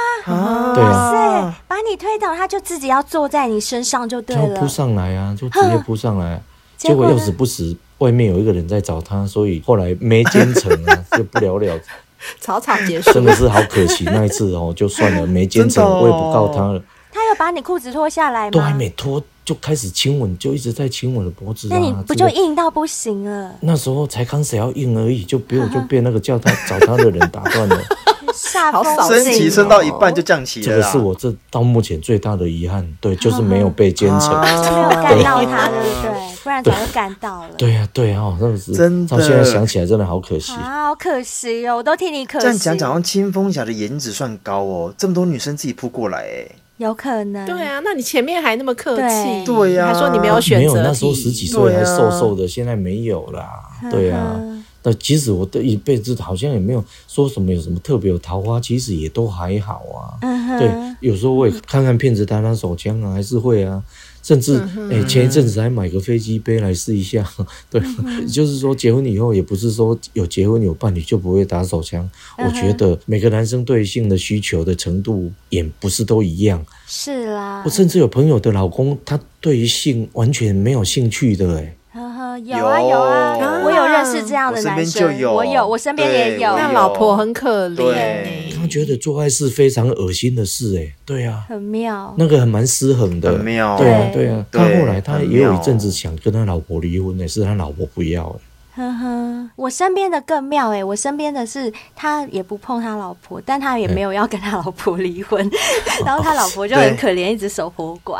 [SPEAKER 2] 啊，
[SPEAKER 5] 对
[SPEAKER 4] 哇
[SPEAKER 5] 啊，
[SPEAKER 4] 塞，把你推倒，他就自己要坐在你身上就对
[SPEAKER 5] 她要
[SPEAKER 4] 了
[SPEAKER 5] 扑。上来啊，就直接扑上来。
[SPEAKER 4] 结
[SPEAKER 5] 结果
[SPEAKER 4] 果
[SPEAKER 5] 要
[SPEAKER 4] 呢
[SPEAKER 5] 死不死，外面有一个人在找她，所以后来没奸成啊，就不了
[SPEAKER 2] *laughs*
[SPEAKER 5] 了之。
[SPEAKER 3] 草草结束
[SPEAKER 5] 真。的是好可惜，那一次哦，就算了，没坚成，
[SPEAKER 2] 真的哦
[SPEAKER 5] 我也不告他了，
[SPEAKER 4] 他有把你裤子脱下来
[SPEAKER 5] 都还
[SPEAKER 4] 吗？
[SPEAKER 5] 没脱就开始亲吻，就一直在亲我的脖子啊。
[SPEAKER 4] 那你不
[SPEAKER 5] 这
[SPEAKER 4] 就
[SPEAKER 5] 个
[SPEAKER 4] 硬到不行了？
[SPEAKER 5] 那时候才刚谁要硬而已，就被我就被那个叫他找他的人打断了。
[SPEAKER 4] 下
[SPEAKER 3] 好
[SPEAKER 4] 风
[SPEAKER 3] 扫
[SPEAKER 2] 升
[SPEAKER 3] 兴
[SPEAKER 2] 旗
[SPEAKER 3] 是
[SPEAKER 2] 升到一半就降旗了啊
[SPEAKER 5] 这个
[SPEAKER 2] 啦。
[SPEAKER 5] 是我这到目前最大的遗憾，对，就是没有被坚成。
[SPEAKER 4] 哦
[SPEAKER 2] *laughs*
[SPEAKER 4] 没
[SPEAKER 2] 啊
[SPEAKER 4] 有干到他，对不对？不然早就干到了。
[SPEAKER 5] 对呀，对呀，哦那个是
[SPEAKER 2] 真的
[SPEAKER 5] 到现在想起来真的好可惜。
[SPEAKER 4] 啊，好可惜哦，我都替你可惜。
[SPEAKER 2] 这样讲讲，好像清风侠的颜值算高哦，这么多女生自己扑过来，哎，
[SPEAKER 4] 有可能。
[SPEAKER 3] 对啊，那你前面还那么客气，
[SPEAKER 4] 对
[SPEAKER 2] 对啊
[SPEAKER 3] 还说你没有选
[SPEAKER 5] 没有，
[SPEAKER 3] 择
[SPEAKER 5] 那时候
[SPEAKER 3] 题
[SPEAKER 5] 十几岁
[SPEAKER 2] 对
[SPEAKER 5] 还
[SPEAKER 2] 啊
[SPEAKER 5] 瘦瘦的，现在没有啦。对啊
[SPEAKER 4] 呵呵，
[SPEAKER 5] 那其实我的一辈子好像也没有说什么有什么特别有桃花，其实也都还好啊。
[SPEAKER 4] 嗯哼
[SPEAKER 5] 对，有时候我也看看片子，打打手枪啊，还是会啊。甚至哎、前一阵子还买个飞机杯来试一下。 *laughs* 对，就是说结婚以后，也不是说有结婚有伴侣就不会打手枪。我觉得每个男生对性的需求的程度也不是都一样。
[SPEAKER 4] 是啦
[SPEAKER 5] 我。甚至有朋友的老公，他对于性完全没有兴趣的、哎，
[SPEAKER 4] 呵呵，有啊有啊，
[SPEAKER 2] 有
[SPEAKER 4] 我有认识这样的
[SPEAKER 2] 我身
[SPEAKER 4] 男
[SPEAKER 2] 边
[SPEAKER 4] 生
[SPEAKER 2] 就，有
[SPEAKER 4] 我有，我身边
[SPEAKER 2] 对
[SPEAKER 4] 也
[SPEAKER 2] 我
[SPEAKER 4] 有
[SPEAKER 2] 有。
[SPEAKER 3] 那老婆很可怜
[SPEAKER 2] 对
[SPEAKER 3] 欸，
[SPEAKER 5] 常觉得做爱是非常恶心的事、欸，哎，对啊，
[SPEAKER 4] 很
[SPEAKER 3] 哦
[SPEAKER 4] 妙。
[SPEAKER 5] 那个很蛮失衡的，
[SPEAKER 2] 很妙
[SPEAKER 5] 对啊，
[SPEAKER 4] 对
[SPEAKER 5] 对啊。
[SPEAKER 2] 对
[SPEAKER 5] 他后来他
[SPEAKER 2] 很
[SPEAKER 5] 也有一
[SPEAKER 2] 妙
[SPEAKER 5] 阵子想跟他老婆离婚、欸，是他老婆不要、欸，
[SPEAKER 4] 呵呵，我身边的更妙哎、我身边的是他也不碰他老婆，但他也没有要跟他老婆离婚， *laughs* 然后他老婆就很
[SPEAKER 2] 对
[SPEAKER 4] 可怜，一直守活寡。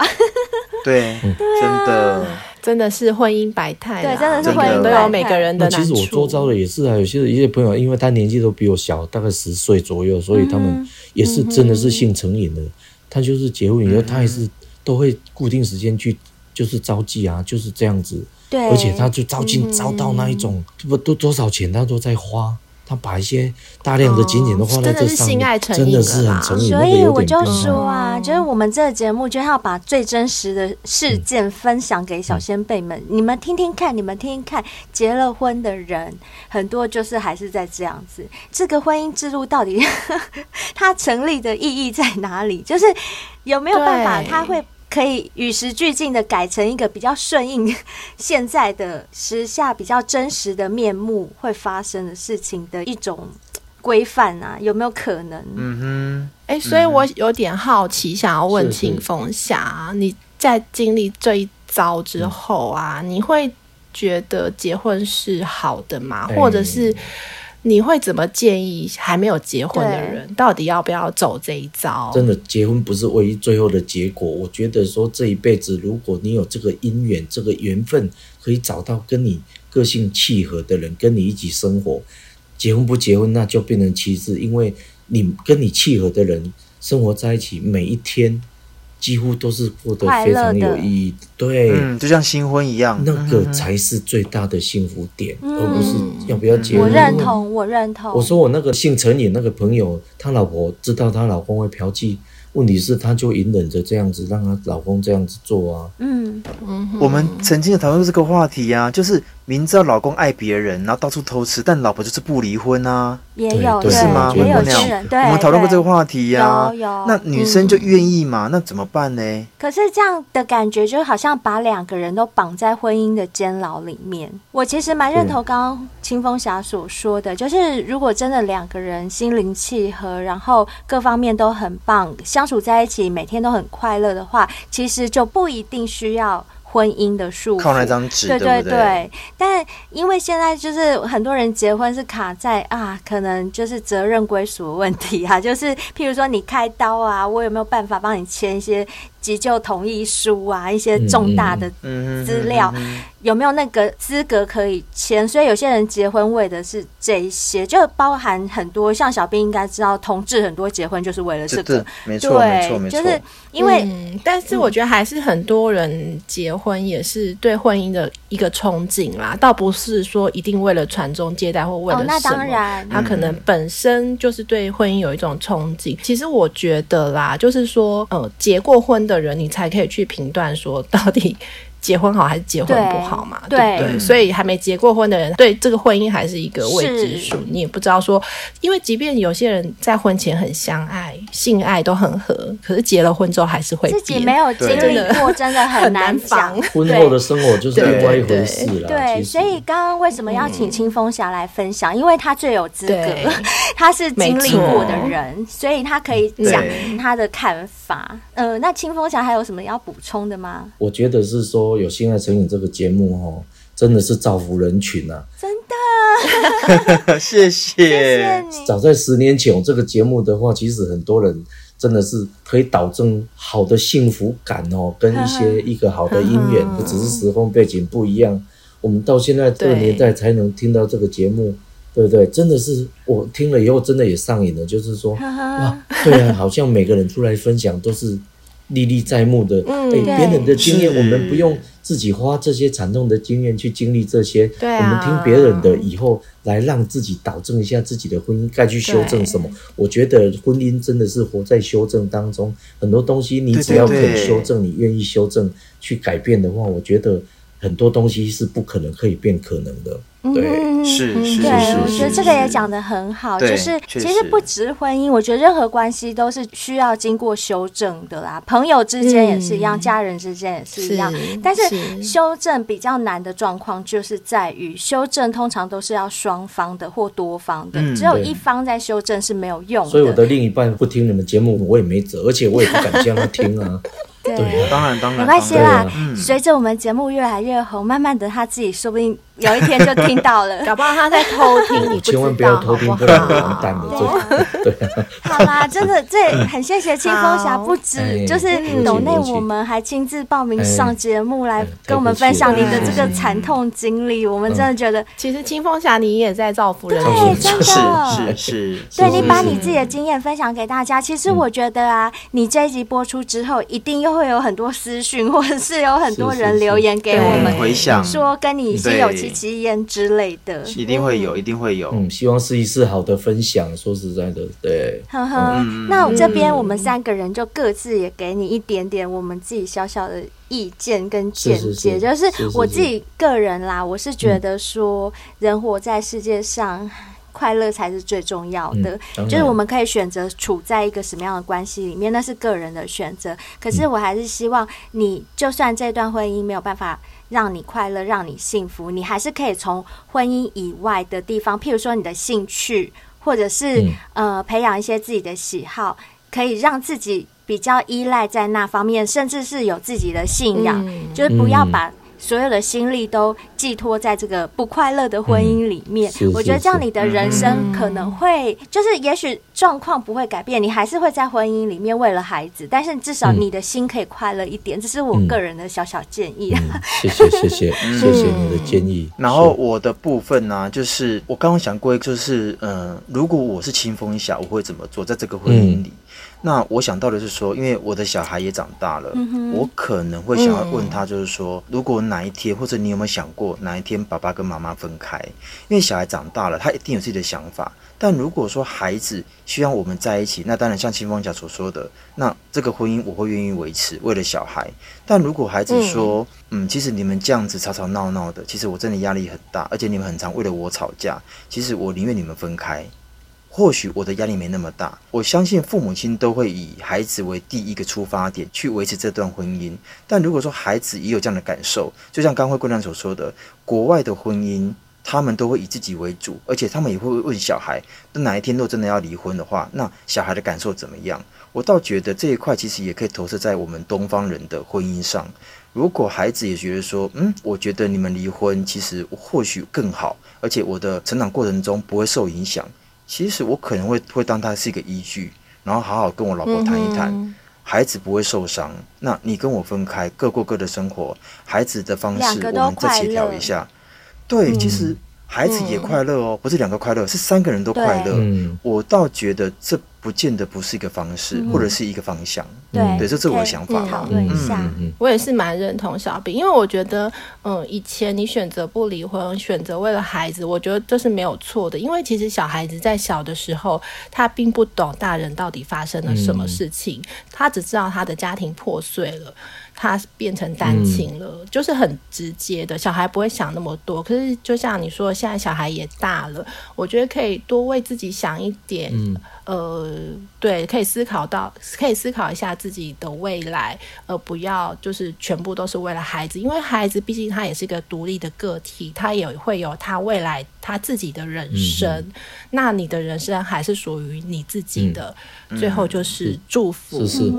[SPEAKER 2] 对，
[SPEAKER 4] 啊
[SPEAKER 2] 真的，
[SPEAKER 3] 真的是婚姻百态啦，
[SPEAKER 4] 对真的
[SPEAKER 2] 是婚姻
[SPEAKER 3] 每个人都有每个人的
[SPEAKER 5] 那
[SPEAKER 3] 难
[SPEAKER 5] 其
[SPEAKER 3] 处。
[SPEAKER 5] 实我周遭的也是啊，有些一些朋友，因为他年纪都比我小，大概十岁左右，所以他
[SPEAKER 4] 嗯
[SPEAKER 5] 们
[SPEAKER 4] 哼
[SPEAKER 5] 也是真的是性成瘾的。他就是结婚
[SPEAKER 2] 嗯
[SPEAKER 5] 以后，他还是都会固定时间去，就是招妓啊，就是这样子。
[SPEAKER 4] 对，
[SPEAKER 5] 而且他就招
[SPEAKER 3] 嗯
[SPEAKER 5] 进招到那一种，不多多少钱他都在花，他把一些大量的金钱都花在
[SPEAKER 3] 哦真
[SPEAKER 5] 这
[SPEAKER 3] 的是
[SPEAKER 5] 上面，
[SPEAKER 3] 性爱成瘾
[SPEAKER 5] 真的是
[SPEAKER 3] 了
[SPEAKER 5] 很
[SPEAKER 3] 啦
[SPEAKER 5] 成瘾，那
[SPEAKER 4] 所
[SPEAKER 5] 个
[SPEAKER 4] 以
[SPEAKER 5] 有
[SPEAKER 4] 我
[SPEAKER 5] 点
[SPEAKER 4] 就
[SPEAKER 5] 变态。
[SPEAKER 4] 说啊，就是我们这个节目就是要把最真实的事件
[SPEAKER 5] 嗯
[SPEAKER 4] 分享给小先辈们，你们听听看，你们听听看，结了婚的人很多就是还是在这样子，这个婚姻制度到底 *laughs* 它成立的意义在哪里？就是有没有办法，
[SPEAKER 3] 对
[SPEAKER 4] 它会。可以与时俱进的改成一个比较顺应现在的时下比较真实的面目会发生的事情的一种规范啊，有没有可能？
[SPEAKER 2] 嗯
[SPEAKER 3] 哎、所以我有点好奇，想要问
[SPEAKER 5] 是是
[SPEAKER 3] 清风侠，你在经历这一遭之后啊，
[SPEAKER 5] 嗯
[SPEAKER 3] 你会觉得结婚是好的吗？
[SPEAKER 5] 哎
[SPEAKER 3] 或者是你会怎么建议还没有结婚的
[SPEAKER 4] 对
[SPEAKER 3] 人，到底要不要走这一招？
[SPEAKER 5] 真的，结婚不是唯一最后的结果。我觉得说这一辈子，如果你有这个姻缘、这个缘分，可以找到跟你个性契合的人，跟你一起生活，结婚不结婚那就变成其次，因为你跟你契合的人生活在一起，每一天几乎都是过得非常有意义。对，
[SPEAKER 2] 嗯，就像新婚一样，嗯
[SPEAKER 5] 那个才是最大的幸福点，
[SPEAKER 4] 嗯
[SPEAKER 5] 而不是要不要结婚。
[SPEAKER 4] 我认同，我认同。
[SPEAKER 5] 我说我那个姓陈也那个朋友，她老婆知道她老公会嫖妓，问题是她就隐忍着这样子，让她老公这样子做啊。
[SPEAKER 4] 嗯，
[SPEAKER 2] 我们曾经有讨论过这个话题啊，就是明知道老公爱别人，然后到处偷吃，但老婆就是不离婚啊，
[SPEAKER 4] 也
[SPEAKER 5] 对
[SPEAKER 4] 有
[SPEAKER 5] 对
[SPEAKER 2] 是吗
[SPEAKER 4] 也有
[SPEAKER 2] 我们
[SPEAKER 4] 些人对，
[SPEAKER 2] 我们讨论过这个
[SPEAKER 4] 对。
[SPEAKER 2] 话题呀、
[SPEAKER 4] 有嗯有
[SPEAKER 2] 那女生就愿意嘛？那怎么办呢？
[SPEAKER 4] 可是这样的感觉，就好像把两个人都绑在婚姻的监牢里面。我其实蛮认同刚刚清风侠所说的，就是如果真的两个人心灵契合，然后各方面都很棒，相处在一起，每天都很快乐的话，其实就不一定需要婚姻的束缚。
[SPEAKER 2] 靠那张纸，
[SPEAKER 4] 对
[SPEAKER 2] 不
[SPEAKER 4] 对？但因为现在就是很多人结婚是卡在啊，可能就是责任归属的问题啊， *laughs* 就是譬如说你开刀啊，我有没有办法帮你签一些急救同意书啊，一些重大的
[SPEAKER 2] 嗯，
[SPEAKER 4] 资料，有没有那个资格可以签？所以有些人结婚为的是这一些，就包含很多，像小兵应该知道，同志很多结婚就是为了这
[SPEAKER 2] 这
[SPEAKER 4] 个
[SPEAKER 2] 这。没错没错
[SPEAKER 4] 对，
[SPEAKER 2] 没
[SPEAKER 4] 就
[SPEAKER 2] 错，
[SPEAKER 4] 是因为哦
[SPEAKER 3] 嗯但是我觉得还是很多人结婚也是对婚姻的一个憧憬啦，倒不是说一定为了传宗接代或为了
[SPEAKER 4] 哦，那
[SPEAKER 3] 什么
[SPEAKER 4] 当然，
[SPEAKER 3] 他可能本身就是对婚姻有一种憧憬。其实我觉得啦，就是说，呃，结过婚的人，你才可以去评断说到底。结婚好还是结婚不好嘛？
[SPEAKER 4] 对
[SPEAKER 3] 对不对？
[SPEAKER 2] 对
[SPEAKER 3] 所以还没结过婚的人，对这个婚姻还是一个未
[SPEAKER 4] 是
[SPEAKER 3] 知数，你也不知道说，因为即便有些人在婚前很相爱，性爱都很合，可是结了婚之后还是会
[SPEAKER 4] 自己
[SPEAKER 3] 变
[SPEAKER 4] 没有经历过，真的很
[SPEAKER 3] 哎很
[SPEAKER 4] 难
[SPEAKER 3] 难
[SPEAKER 4] 讲
[SPEAKER 3] 防。
[SPEAKER 5] 婚后的生活就是另外一回事啦。
[SPEAKER 4] 对，
[SPEAKER 5] 其实
[SPEAKER 4] 所以刚刚为什么要请清风侠来分享？因为他最有资格
[SPEAKER 3] 嗯
[SPEAKER 4] *laughs*
[SPEAKER 3] 对，
[SPEAKER 4] 他是经历过的
[SPEAKER 3] 没错
[SPEAKER 4] 人，所以他可以讲
[SPEAKER 2] 对
[SPEAKER 4] 他的看法。呃，那清风侠还有什么要补充的吗？
[SPEAKER 5] 我觉得是说有《性爱成瘾》这个节目哦，真的是造福人群啊。
[SPEAKER 4] 真的，
[SPEAKER 2] *laughs* 谢
[SPEAKER 4] 谢谢
[SPEAKER 2] 谢，
[SPEAKER 4] 你。
[SPEAKER 5] 早在十年前有这个节目的话，其实很多人真的是可以导正好的幸福感哦，跟一些一个好的姻缘，不只是时空背景不一样。我们到现在这个
[SPEAKER 3] 对
[SPEAKER 5] 年代才能听到这个节目，对不对？真的是我听了以后真的也上瘾了，就是说，哇，对啊，好像每个人出来分享都是历历在目的，
[SPEAKER 3] 嗯
[SPEAKER 5] 对别人的经验，
[SPEAKER 2] 是
[SPEAKER 5] 我们不用自己花这些惨痛的经验去经历这些，
[SPEAKER 3] 对啊
[SPEAKER 5] 我们听别人的以后来让自己导正一下自己的婚姻该去修正什么。我觉得婚姻真的是活在修正当中，很多东西你
[SPEAKER 2] 对对
[SPEAKER 5] 只要肯
[SPEAKER 2] 对
[SPEAKER 5] 修正，你愿意修正去改变的话，我觉得很多东西是不可能可以变可能的。
[SPEAKER 3] 嗯
[SPEAKER 5] 对，
[SPEAKER 2] 是是
[SPEAKER 4] 对，
[SPEAKER 5] 是
[SPEAKER 4] 我觉得
[SPEAKER 5] 是
[SPEAKER 4] 这个也
[SPEAKER 5] 是
[SPEAKER 4] 讲得很好，
[SPEAKER 2] 对
[SPEAKER 4] 就是
[SPEAKER 2] 确
[SPEAKER 4] 其实
[SPEAKER 2] 实
[SPEAKER 4] 不止婚姻，我觉得任何关系都是需要经过修正的啦。朋友之间也是一样，
[SPEAKER 3] 嗯
[SPEAKER 4] 家人之间也是一样
[SPEAKER 3] 是。
[SPEAKER 4] 但是
[SPEAKER 3] 是
[SPEAKER 4] 修正比较难的状况，就是在于修正通常都是要双方的或多方的，
[SPEAKER 2] 嗯
[SPEAKER 4] 只有
[SPEAKER 5] 对
[SPEAKER 4] 一方在修正是没有用
[SPEAKER 5] 所以我的另一半不听你们节目，我也没辙，而且我也不敢叫他
[SPEAKER 3] *laughs*
[SPEAKER 5] 听啊。
[SPEAKER 4] 对。
[SPEAKER 2] 当然当然，
[SPEAKER 4] 没关系
[SPEAKER 2] 当然
[SPEAKER 4] 啦
[SPEAKER 5] 对啊，
[SPEAKER 4] 随着我们节目越来越红，慢慢的他自己说不定有一天就听到
[SPEAKER 3] *laughs*
[SPEAKER 4] 了。
[SPEAKER 3] 搞不好他在偷
[SPEAKER 5] *laughs*
[SPEAKER 3] 听，你
[SPEAKER 5] 你
[SPEAKER 3] 不
[SPEAKER 5] 千万
[SPEAKER 3] 知
[SPEAKER 5] 不
[SPEAKER 3] 道
[SPEAKER 5] 要
[SPEAKER 3] 好
[SPEAKER 5] 偷听，
[SPEAKER 3] 不
[SPEAKER 5] 不然完蛋
[SPEAKER 3] 好？
[SPEAKER 5] 了。这对啊，
[SPEAKER 4] 好啦，真的，这很谢谢清风侠，
[SPEAKER 3] 好
[SPEAKER 4] 不止
[SPEAKER 5] *laughs* 哎
[SPEAKER 4] 就是抖内我们，还亲自报名上节目来
[SPEAKER 5] 哎
[SPEAKER 4] 跟我们分享你的这
[SPEAKER 5] 太
[SPEAKER 4] 个
[SPEAKER 5] 客气了
[SPEAKER 4] 惨痛经历，我
[SPEAKER 5] 嗯
[SPEAKER 4] 们真的觉得，
[SPEAKER 3] 其实清风侠你也在造福人
[SPEAKER 5] 造福
[SPEAKER 4] 对，
[SPEAKER 5] 人
[SPEAKER 3] 群，
[SPEAKER 4] 真
[SPEAKER 2] *laughs* 是是
[SPEAKER 4] 的。
[SPEAKER 2] 是，
[SPEAKER 4] 对
[SPEAKER 5] 是
[SPEAKER 4] 你
[SPEAKER 5] 是
[SPEAKER 4] 把
[SPEAKER 5] 是嗯
[SPEAKER 4] 你自己的经验分享给大家，其实我觉得啊，你这一集播出之后，一定又会有很多私讯，或者是有很多
[SPEAKER 5] 是是
[SPEAKER 4] 人
[SPEAKER 5] 是
[SPEAKER 4] 留言给
[SPEAKER 3] 对
[SPEAKER 4] 我们
[SPEAKER 2] 嗯，回想
[SPEAKER 4] 说跟你心
[SPEAKER 2] 对
[SPEAKER 4] 有戚戚焉之类的。
[SPEAKER 2] 一定会有，一定会有。
[SPEAKER 5] 嗯，希望是一次好的分享。说实在的，对，
[SPEAKER 4] *laughs* 呵呵，
[SPEAKER 5] 嗯
[SPEAKER 4] 那我这边我们三个人就各自也给你一点点我们自己小小的意见跟见
[SPEAKER 5] 是是
[SPEAKER 4] 解，
[SPEAKER 5] 是
[SPEAKER 4] 就是
[SPEAKER 5] 是是嗯
[SPEAKER 4] 我自己个人啦，我是觉得说人活在世界上。快乐才是最重要的
[SPEAKER 5] 嗯，当然
[SPEAKER 4] 就是我们可以选择处在一个什么样的关系里面，那是个人的选择。可
[SPEAKER 5] 嗯
[SPEAKER 4] 是我还是希望你，就算这段婚姻没有办法让你快乐、让你幸福，你还是可以从婚姻以外的地方，譬如说你的兴趣，或者是、
[SPEAKER 5] 嗯
[SPEAKER 4] 呃培养一些自己的喜好，可以让自己比较依赖在那方面，甚至是有自己的信仰，
[SPEAKER 3] 嗯
[SPEAKER 4] 就是不要
[SPEAKER 5] 嗯
[SPEAKER 4] 把。所有的心力都寄托在这个不快乐的婚姻里面，
[SPEAKER 5] 嗯是
[SPEAKER 4] 我觉得
[SPEAKER 5] 是
[SPEAKER 4] 这样
[SPEAKER 5] 是
[SPEAKER 4] 你的人生可能
[SPEAKER 5] 嗯
[SPEAKER 4] 会，就是也许状况不会改变，你还是会在婚姻里面为了孩子，但是至少
[SPEAKER 5] 嗯
[SPEAKER 4] 你的心可以快乐一点，这是我
[SPEAKER 5] 嗯
[SPEAKER 4] 个人的小小建议。
[SPEAKER 5] 嗯，谢谢谢谢
[SPEAKER 4] 嗯
[SPEAKER 5] 谢谢你的建议。
[SPEAKER 2] 然后我的部分呢、就是我刚刚想过，就是嗯、呃如果我是清风侠，我会怎么做在这个婚姻里？那我想到的是说，因为我的小孩也长大了，我可能会想要问他，就是说，如果哪一天，或者你有没有想过哪一天爸爸跟妈妈分开？因为小孩长大了，他一定有自己的想法。但如果说孩子希望我们在一起，那当然像清风侠所说的，那这个婚姻我会愿意维持，为了小孩。但如果孩子说，嗯其实你们这样子吵吵闹闹的，其实我真的压力很大，而且你们很常为了我吵架，其实我宁愿你们分开。或许我的压力没那么大，我相信父母亲都会以孩子为第一个出发点去维持这段婚姻。但如果说孩子也有这样的感受，就像刚慧姑娘所说的，国外的婚姻他们都会以自己为主，而且他们也会问小孩，那哪一天若真的要离婚的话，那小孩的感受怎么样？我倒觉得这一块其实也可以投射在我们东方人的婚姻上。如果孩子也觉得说，嗯，我觉得你们离婚其实或许更好，而且我的成长过程中不会受影响，其实我可能会会当它是一个依据，然后好好跟我老婆谈一谈。
[SPEAKER 4] 嗯
[SPEAKER 2] 孩子不会受伤，那你跟我分开，各过各的生活，孩子的方
[SPEAKER 4] 两
[SPEAKER 2] 式
[SPEAKER 4] 个
[SPEAKER 2] 我
[SPEAKER 4] 都
[SPEAKER 2] 们再
[SPEAKER 4] 快
[SPEAKER 2] 协调
[SPEAKER 4] 乐
[SPEAKER 2] 一下。对，其实孩子也快乐哦，不是两个快乐，是三个人都快乐。
[SPEAKER 5] 嗯，
[SPEAKER 2] 我倒觉得这不见得不是一个方式，或者是一个方向。
[SPEAKER 4] 对，
[SPEAKER 2] 嗯对这是我的
[SPEAKER 4] 可以
[SPEAKER 2] 想法啦
[SPEAKER 4] 讨论一
[SPEAKER 5] 嗯
[SPEAKER 4] 下。
[SPEAKER 5] 嗯嗯，
[SPEAKER 3] 我也是蛮认同小 B，因为我觉得，嗯，以前你选择不离婚，选择为了孩子，我觉得这是没有错的。因为其实小孩子在小的时候，他并不懂大人到底发生了什么事情，他只知道他的家庭破碎了，他变成单亲了，就是很直接的。小孩不会想那么多。可是就像你说，现在小孩也大了，我觉得可以多为自己想一点，呃，对，可以思考到，可以思考一下自己的未来，而不要就是全部都是为了孩子，因为孩子毕竟他也是一个独立的个体，他也会有他未来他自己的人生。那你的人生还是属于你自己的，最后就是祝福。
[SPEAKER 5] 是是，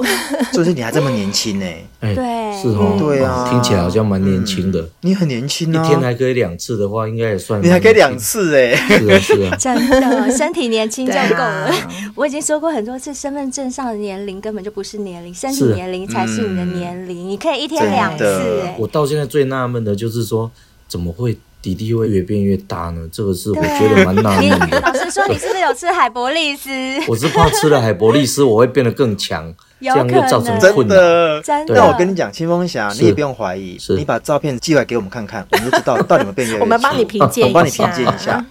[SPEAKER 2] 就是你还这么年轻呢、
[SPEAKER 5] 哎，
[SPEAKER 4] 嗯对，
[SPEAKER 5] 是 *laughs* 哦，
[SPEAKER 2] 对啊嗯
[SPEAKER 5] 听起来好像蛮年轻的。
[SPEAKER 2] 你很年轻
[SPEAKER 5] 一
[SPEAKER 2] 啊，
[SPEAKER 5] 天还可以两次的话，应该也算
[SPEAKER 2] 你还可以两
[SPEAKER 5] 蛮
[SPEAKER 2] 次哎、
[SPEAKER 5] 年轻的。是啊是
[SPEAKER 2] *laughs*
[SPEAKER 5] 啊
[SPEAKER 4] 真的，身体年轻就
[SPEAKER 3] 对啊
[SPEAKER 4] 够了。 *laughs* 我已经说过很多次，身份证上的年龄根本就不是年龄，身体年龄才是你的年龄。你可以一天两
[SPEAKER 2] 嗯
[SPEAKER 4] 次、
[SPEAKER 2] 真的
[SPEAKER 4] 哎，
[SPEAKER 5] 我到现在最纳闷的就是说，怎么会弟弟会越变越大呢？这个是我
[SPEAKER 4] 对啊
[SPEAKER 5] 觉得蛮纳
[SPEAKER 4] 你
[SPEAKER 5] 闷
[SPEAKER 4] *laughs*
[SPEAKER 5] *laughs* 的。
[SPEAKER 4] 老师说你是不是有吃海博利斯？
[SPEAKER 5] 我是怕吃了海博利斯，我会变得更强。
[SPEAKER 4] 有
[SPEAKER 5] 这样又造
[SPEAKER 4] 可能
[SPEAKER 5] 成
[SPEAKER 2] 真
[SPEAKER 5] 困难。
[SPEAKER 2] 的。
[SPEAKER 4] 真
[SPEAKER 5] 啊
[SPEAKER 4] 的。
[SPEAKER 2] 那我跟你讲，清风侠，
[SPEAKER 5] 是
[SPEAKER 2] 你也不用怀疑，
[SPEAKER 5] 是
[SPEAKER 2] 你把照片寄来给我们看看，我们就知道到底有没有变越来越
[SPEAKER 3] 我们帮你
[SPEAKER 2] 轻
[SPEAKER 3] 评鉴
[SPEAKER 2] 我
[SPEAKER 3] 一下，
[SPEAKER 2] 帮你评鉴一下。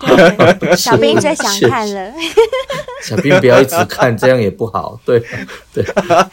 [SPEAKER 4] 对小兵最想
[SPEAKER 5] 是
[SPEAKER 4] 看了。
[SPEAKER 5] 小兵不要一直看，这样也不好。对
[SPEAKER 4] *laughs*
[SPEAKER 5] 对，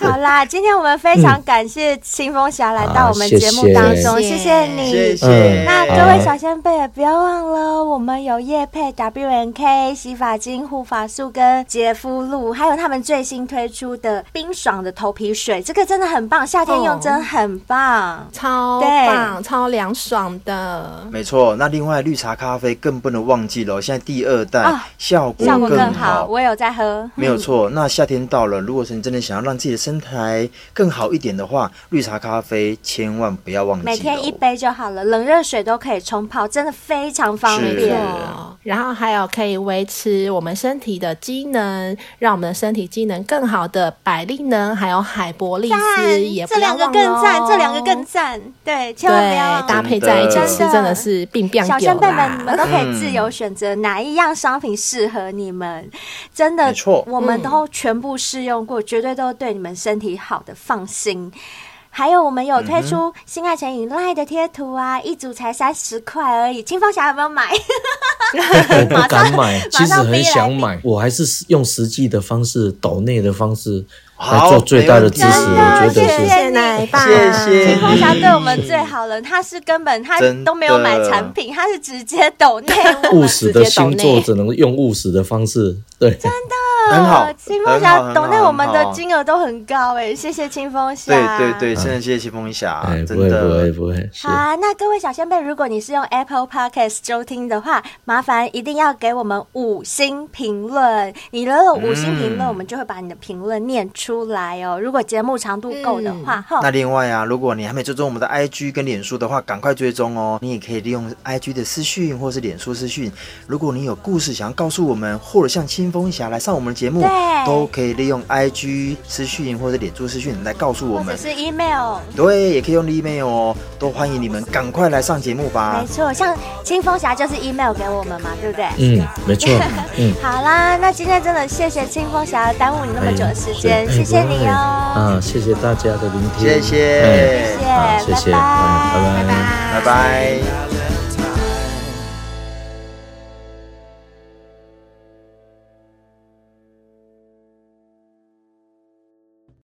[SPEAKER 4] 好啦，今天我们非常感谢清风侠来到我们
[SPEAKER 5] 好谢
[SPEAKER 4] 节目当中，
[SPEAKER 3] 嗯谢
[SPEAKER 4] 谢谢你。
[SPEAKER 2] 谢谢
[SPEAKER 5] 嗯。
[SPEAKER 4] 那
[SPEAKER 5] 好
[SPEAKER 4] 各位小先辈也啊不要忘了，我们有叶配 W N K 洗发精、护发素跟洁肤露，还有他们最新推出的冰爽的头皮水，这个真的很棒，夏天用真的很
[SPEAKER 3] 哦
[SPEAKER 4] 棒。
[SPEAKER 3] 超
[SPEAKER 4] 对
[SPEAKER 3] 棒、超凉爽的。
[SPEAKER 2] 没错，那另外绿茶咖啡更不能忘记了，现在第二代、
[SPEAKER 4] 啊
[SPEAKER 2] 效果
[SPEAKER 4] 效果更
[SPEAKER 2] 嗯更
[SPEAKER 4] 好，嗯我有在喝。
[SPEAKER 2] 没有错，那夏天到了，如果是你真的想要让自己的身材更好一点的话，绿茶咖啡千万不要忘记、哦。
[SPEAKER 4] 每天一杯就好了，冷热水都可以冲泡，真的非常方
[SPEAKER 2] 是
[SPEAKER 4] 便。
[SPEAKER 3] 哦然后还有可以维持我们身体的机能，让我们的身体机能更好的百利能，还有海博利斯也
[SPEAKER 4] 赞，
[SPEAKER 3] 不
[SPEAKER 4] 这
[SPEAKER 3] 要
[SPEAKER 4] 两个
[SPEAKER 3] 忘
[SPEAKER 4] 更赞，
[SPEAKER 3] 哦
[SPEAKER 4] 这两个更赞，对，千万不要忘
[SPEAKER 3] 对
[SPEAKER 4] 了
[SPEAKER 3] 搭配在一起吃
[SPEAKER 4] 真的
[SPEAKER 3] 真的是病变
[SPEAKER 4] 小先辈们，你们
[SPEAKER 3] 啦。
[SPEAKER 4] 都可
[SPEAKER 2] 嗯
[SPEAKER 4] 以自由选择哪一样商品适合你们，真的
[SPEAKER 2] 没错，
[SPEAKER 4] 我们都全部试用过，绝对都对你们身体好的，放心。还有，我们有推
[SPEAKER 2] 嗯
[SPEAKER 4] 出性爱成瘾赖的贴图啊，一组才三十块而已。清风侠有没有买？ *laughs*
[SPEAKER 5] 我不敢买，
[SPEAKER 4] 马
[SPEAKER 5] 其实
[SPEAKER 4] 上
[SPEAKER 5] 很想买，我还是用实际的方式、抖内的方式来
[SPEAKER 2] 好
[SPEAKER 5] 做最大的支持。
[SPEAKER 2] 没问题
[SPEAKER 4] 真的
[SPEAKER 5] 我觉得是
[SPEAKER 4] 谢
[SPEAKER 3] 谢谢奶爸，
[SPEAKER 2] 谢谢
[SPEAKER 4] 清风侠对我们最好了，他是根本他
[SPEAKER 2] 真的
[SPEAKER 4] 都没有买产品，他是直接抖内我
[SPEAKER 5] 务
[SPEAKER 4] 们。
[SPEAKER 5] 实的星座只能用务实的
[SPEAKER 4] *laughs*
[SPEAKER 5] 方式。对，
[SPEAKER 2] *laughs* 很好，
[SPEAKER 4] 哦清风侠
[SPEAKER 2] 很好
[SPEAKER 4] 抖内我们
[SPEAKER 2] 很
[SPEAKER 4] 的
[SPEAKER 2] 好
[SPEAKER 4] 金额都很高哎，谢谢清风侠。
[SPEAKER 2] 对对对，真的谢谢清风侠
[SPEAKER 5] 哎，，不
[SPEAKER 2] 真
[SPEAKER 5] 会不会
[SPEAKER 2] 的。
[SPEAKER 5] 不会，是
[SPEAKER 4] 好啊，那各位小先辈，如果你是用 Apple Podcast 收听的话，麻烦一定要给我们五星评论。你留了五星评论，
[SPEAKER 2] 嗯
[SPEAKER 4] 我们就会把你的评论念出来哦。如果节目长度够的话，哈、
[SPEAKER 2] 那另外啊，如果你还没追踪我们的 IG 跟脸书的话，赶快追踪哦。你也可以利用 IG 的私讯或是脸书私讯，如果你有故事想要告诉我们，或者像清风侠来上我们的节目
[SPEAKER 4] 对，
[SPEAKER 2] 都可以利用 IG 私讯或者脸书私讯来告诉我
[SPEAKER 4] 或者
[SPEAKER 2] 们。
[SPEAKER 4] 是 email。
[SPEAKER 2] 对，也可以用 email 哦，都欢迎你们赶快来上节目吧
[SPEAKER 4] 没。错，像清风侠就是 email 给我们嘛，对不对？
[SPEAKER 5] 嗯，没错，嗯。
[SPEAKER 4] 好啦，那今天真的谢谢清风侠耽误你 *laughs* 那么久的时
[SPEAKER 5] 哎
[SPEAKER 4] 间，
[SPEAKER 5] 是
[SPEAKER 4] 谢谢
[SPEAKER 5] 哎不
[SPEAKER 4] 你
[SPEAKER 5] 会
[SPEAKER 4] 哦，
[SPEAKER 5] 啊，谢谢大家的聆听，
[SPEAKER 2] 谢谢
[SPEAKER 5] 哎
[SPEAKER 4] 谢谢，
[SPEAKER 5] 好，谢谢，哎拜
[SPEAKER 4] 拜
[SPEAKER 5] 拜。
[SPEAKER 2] 拜拜。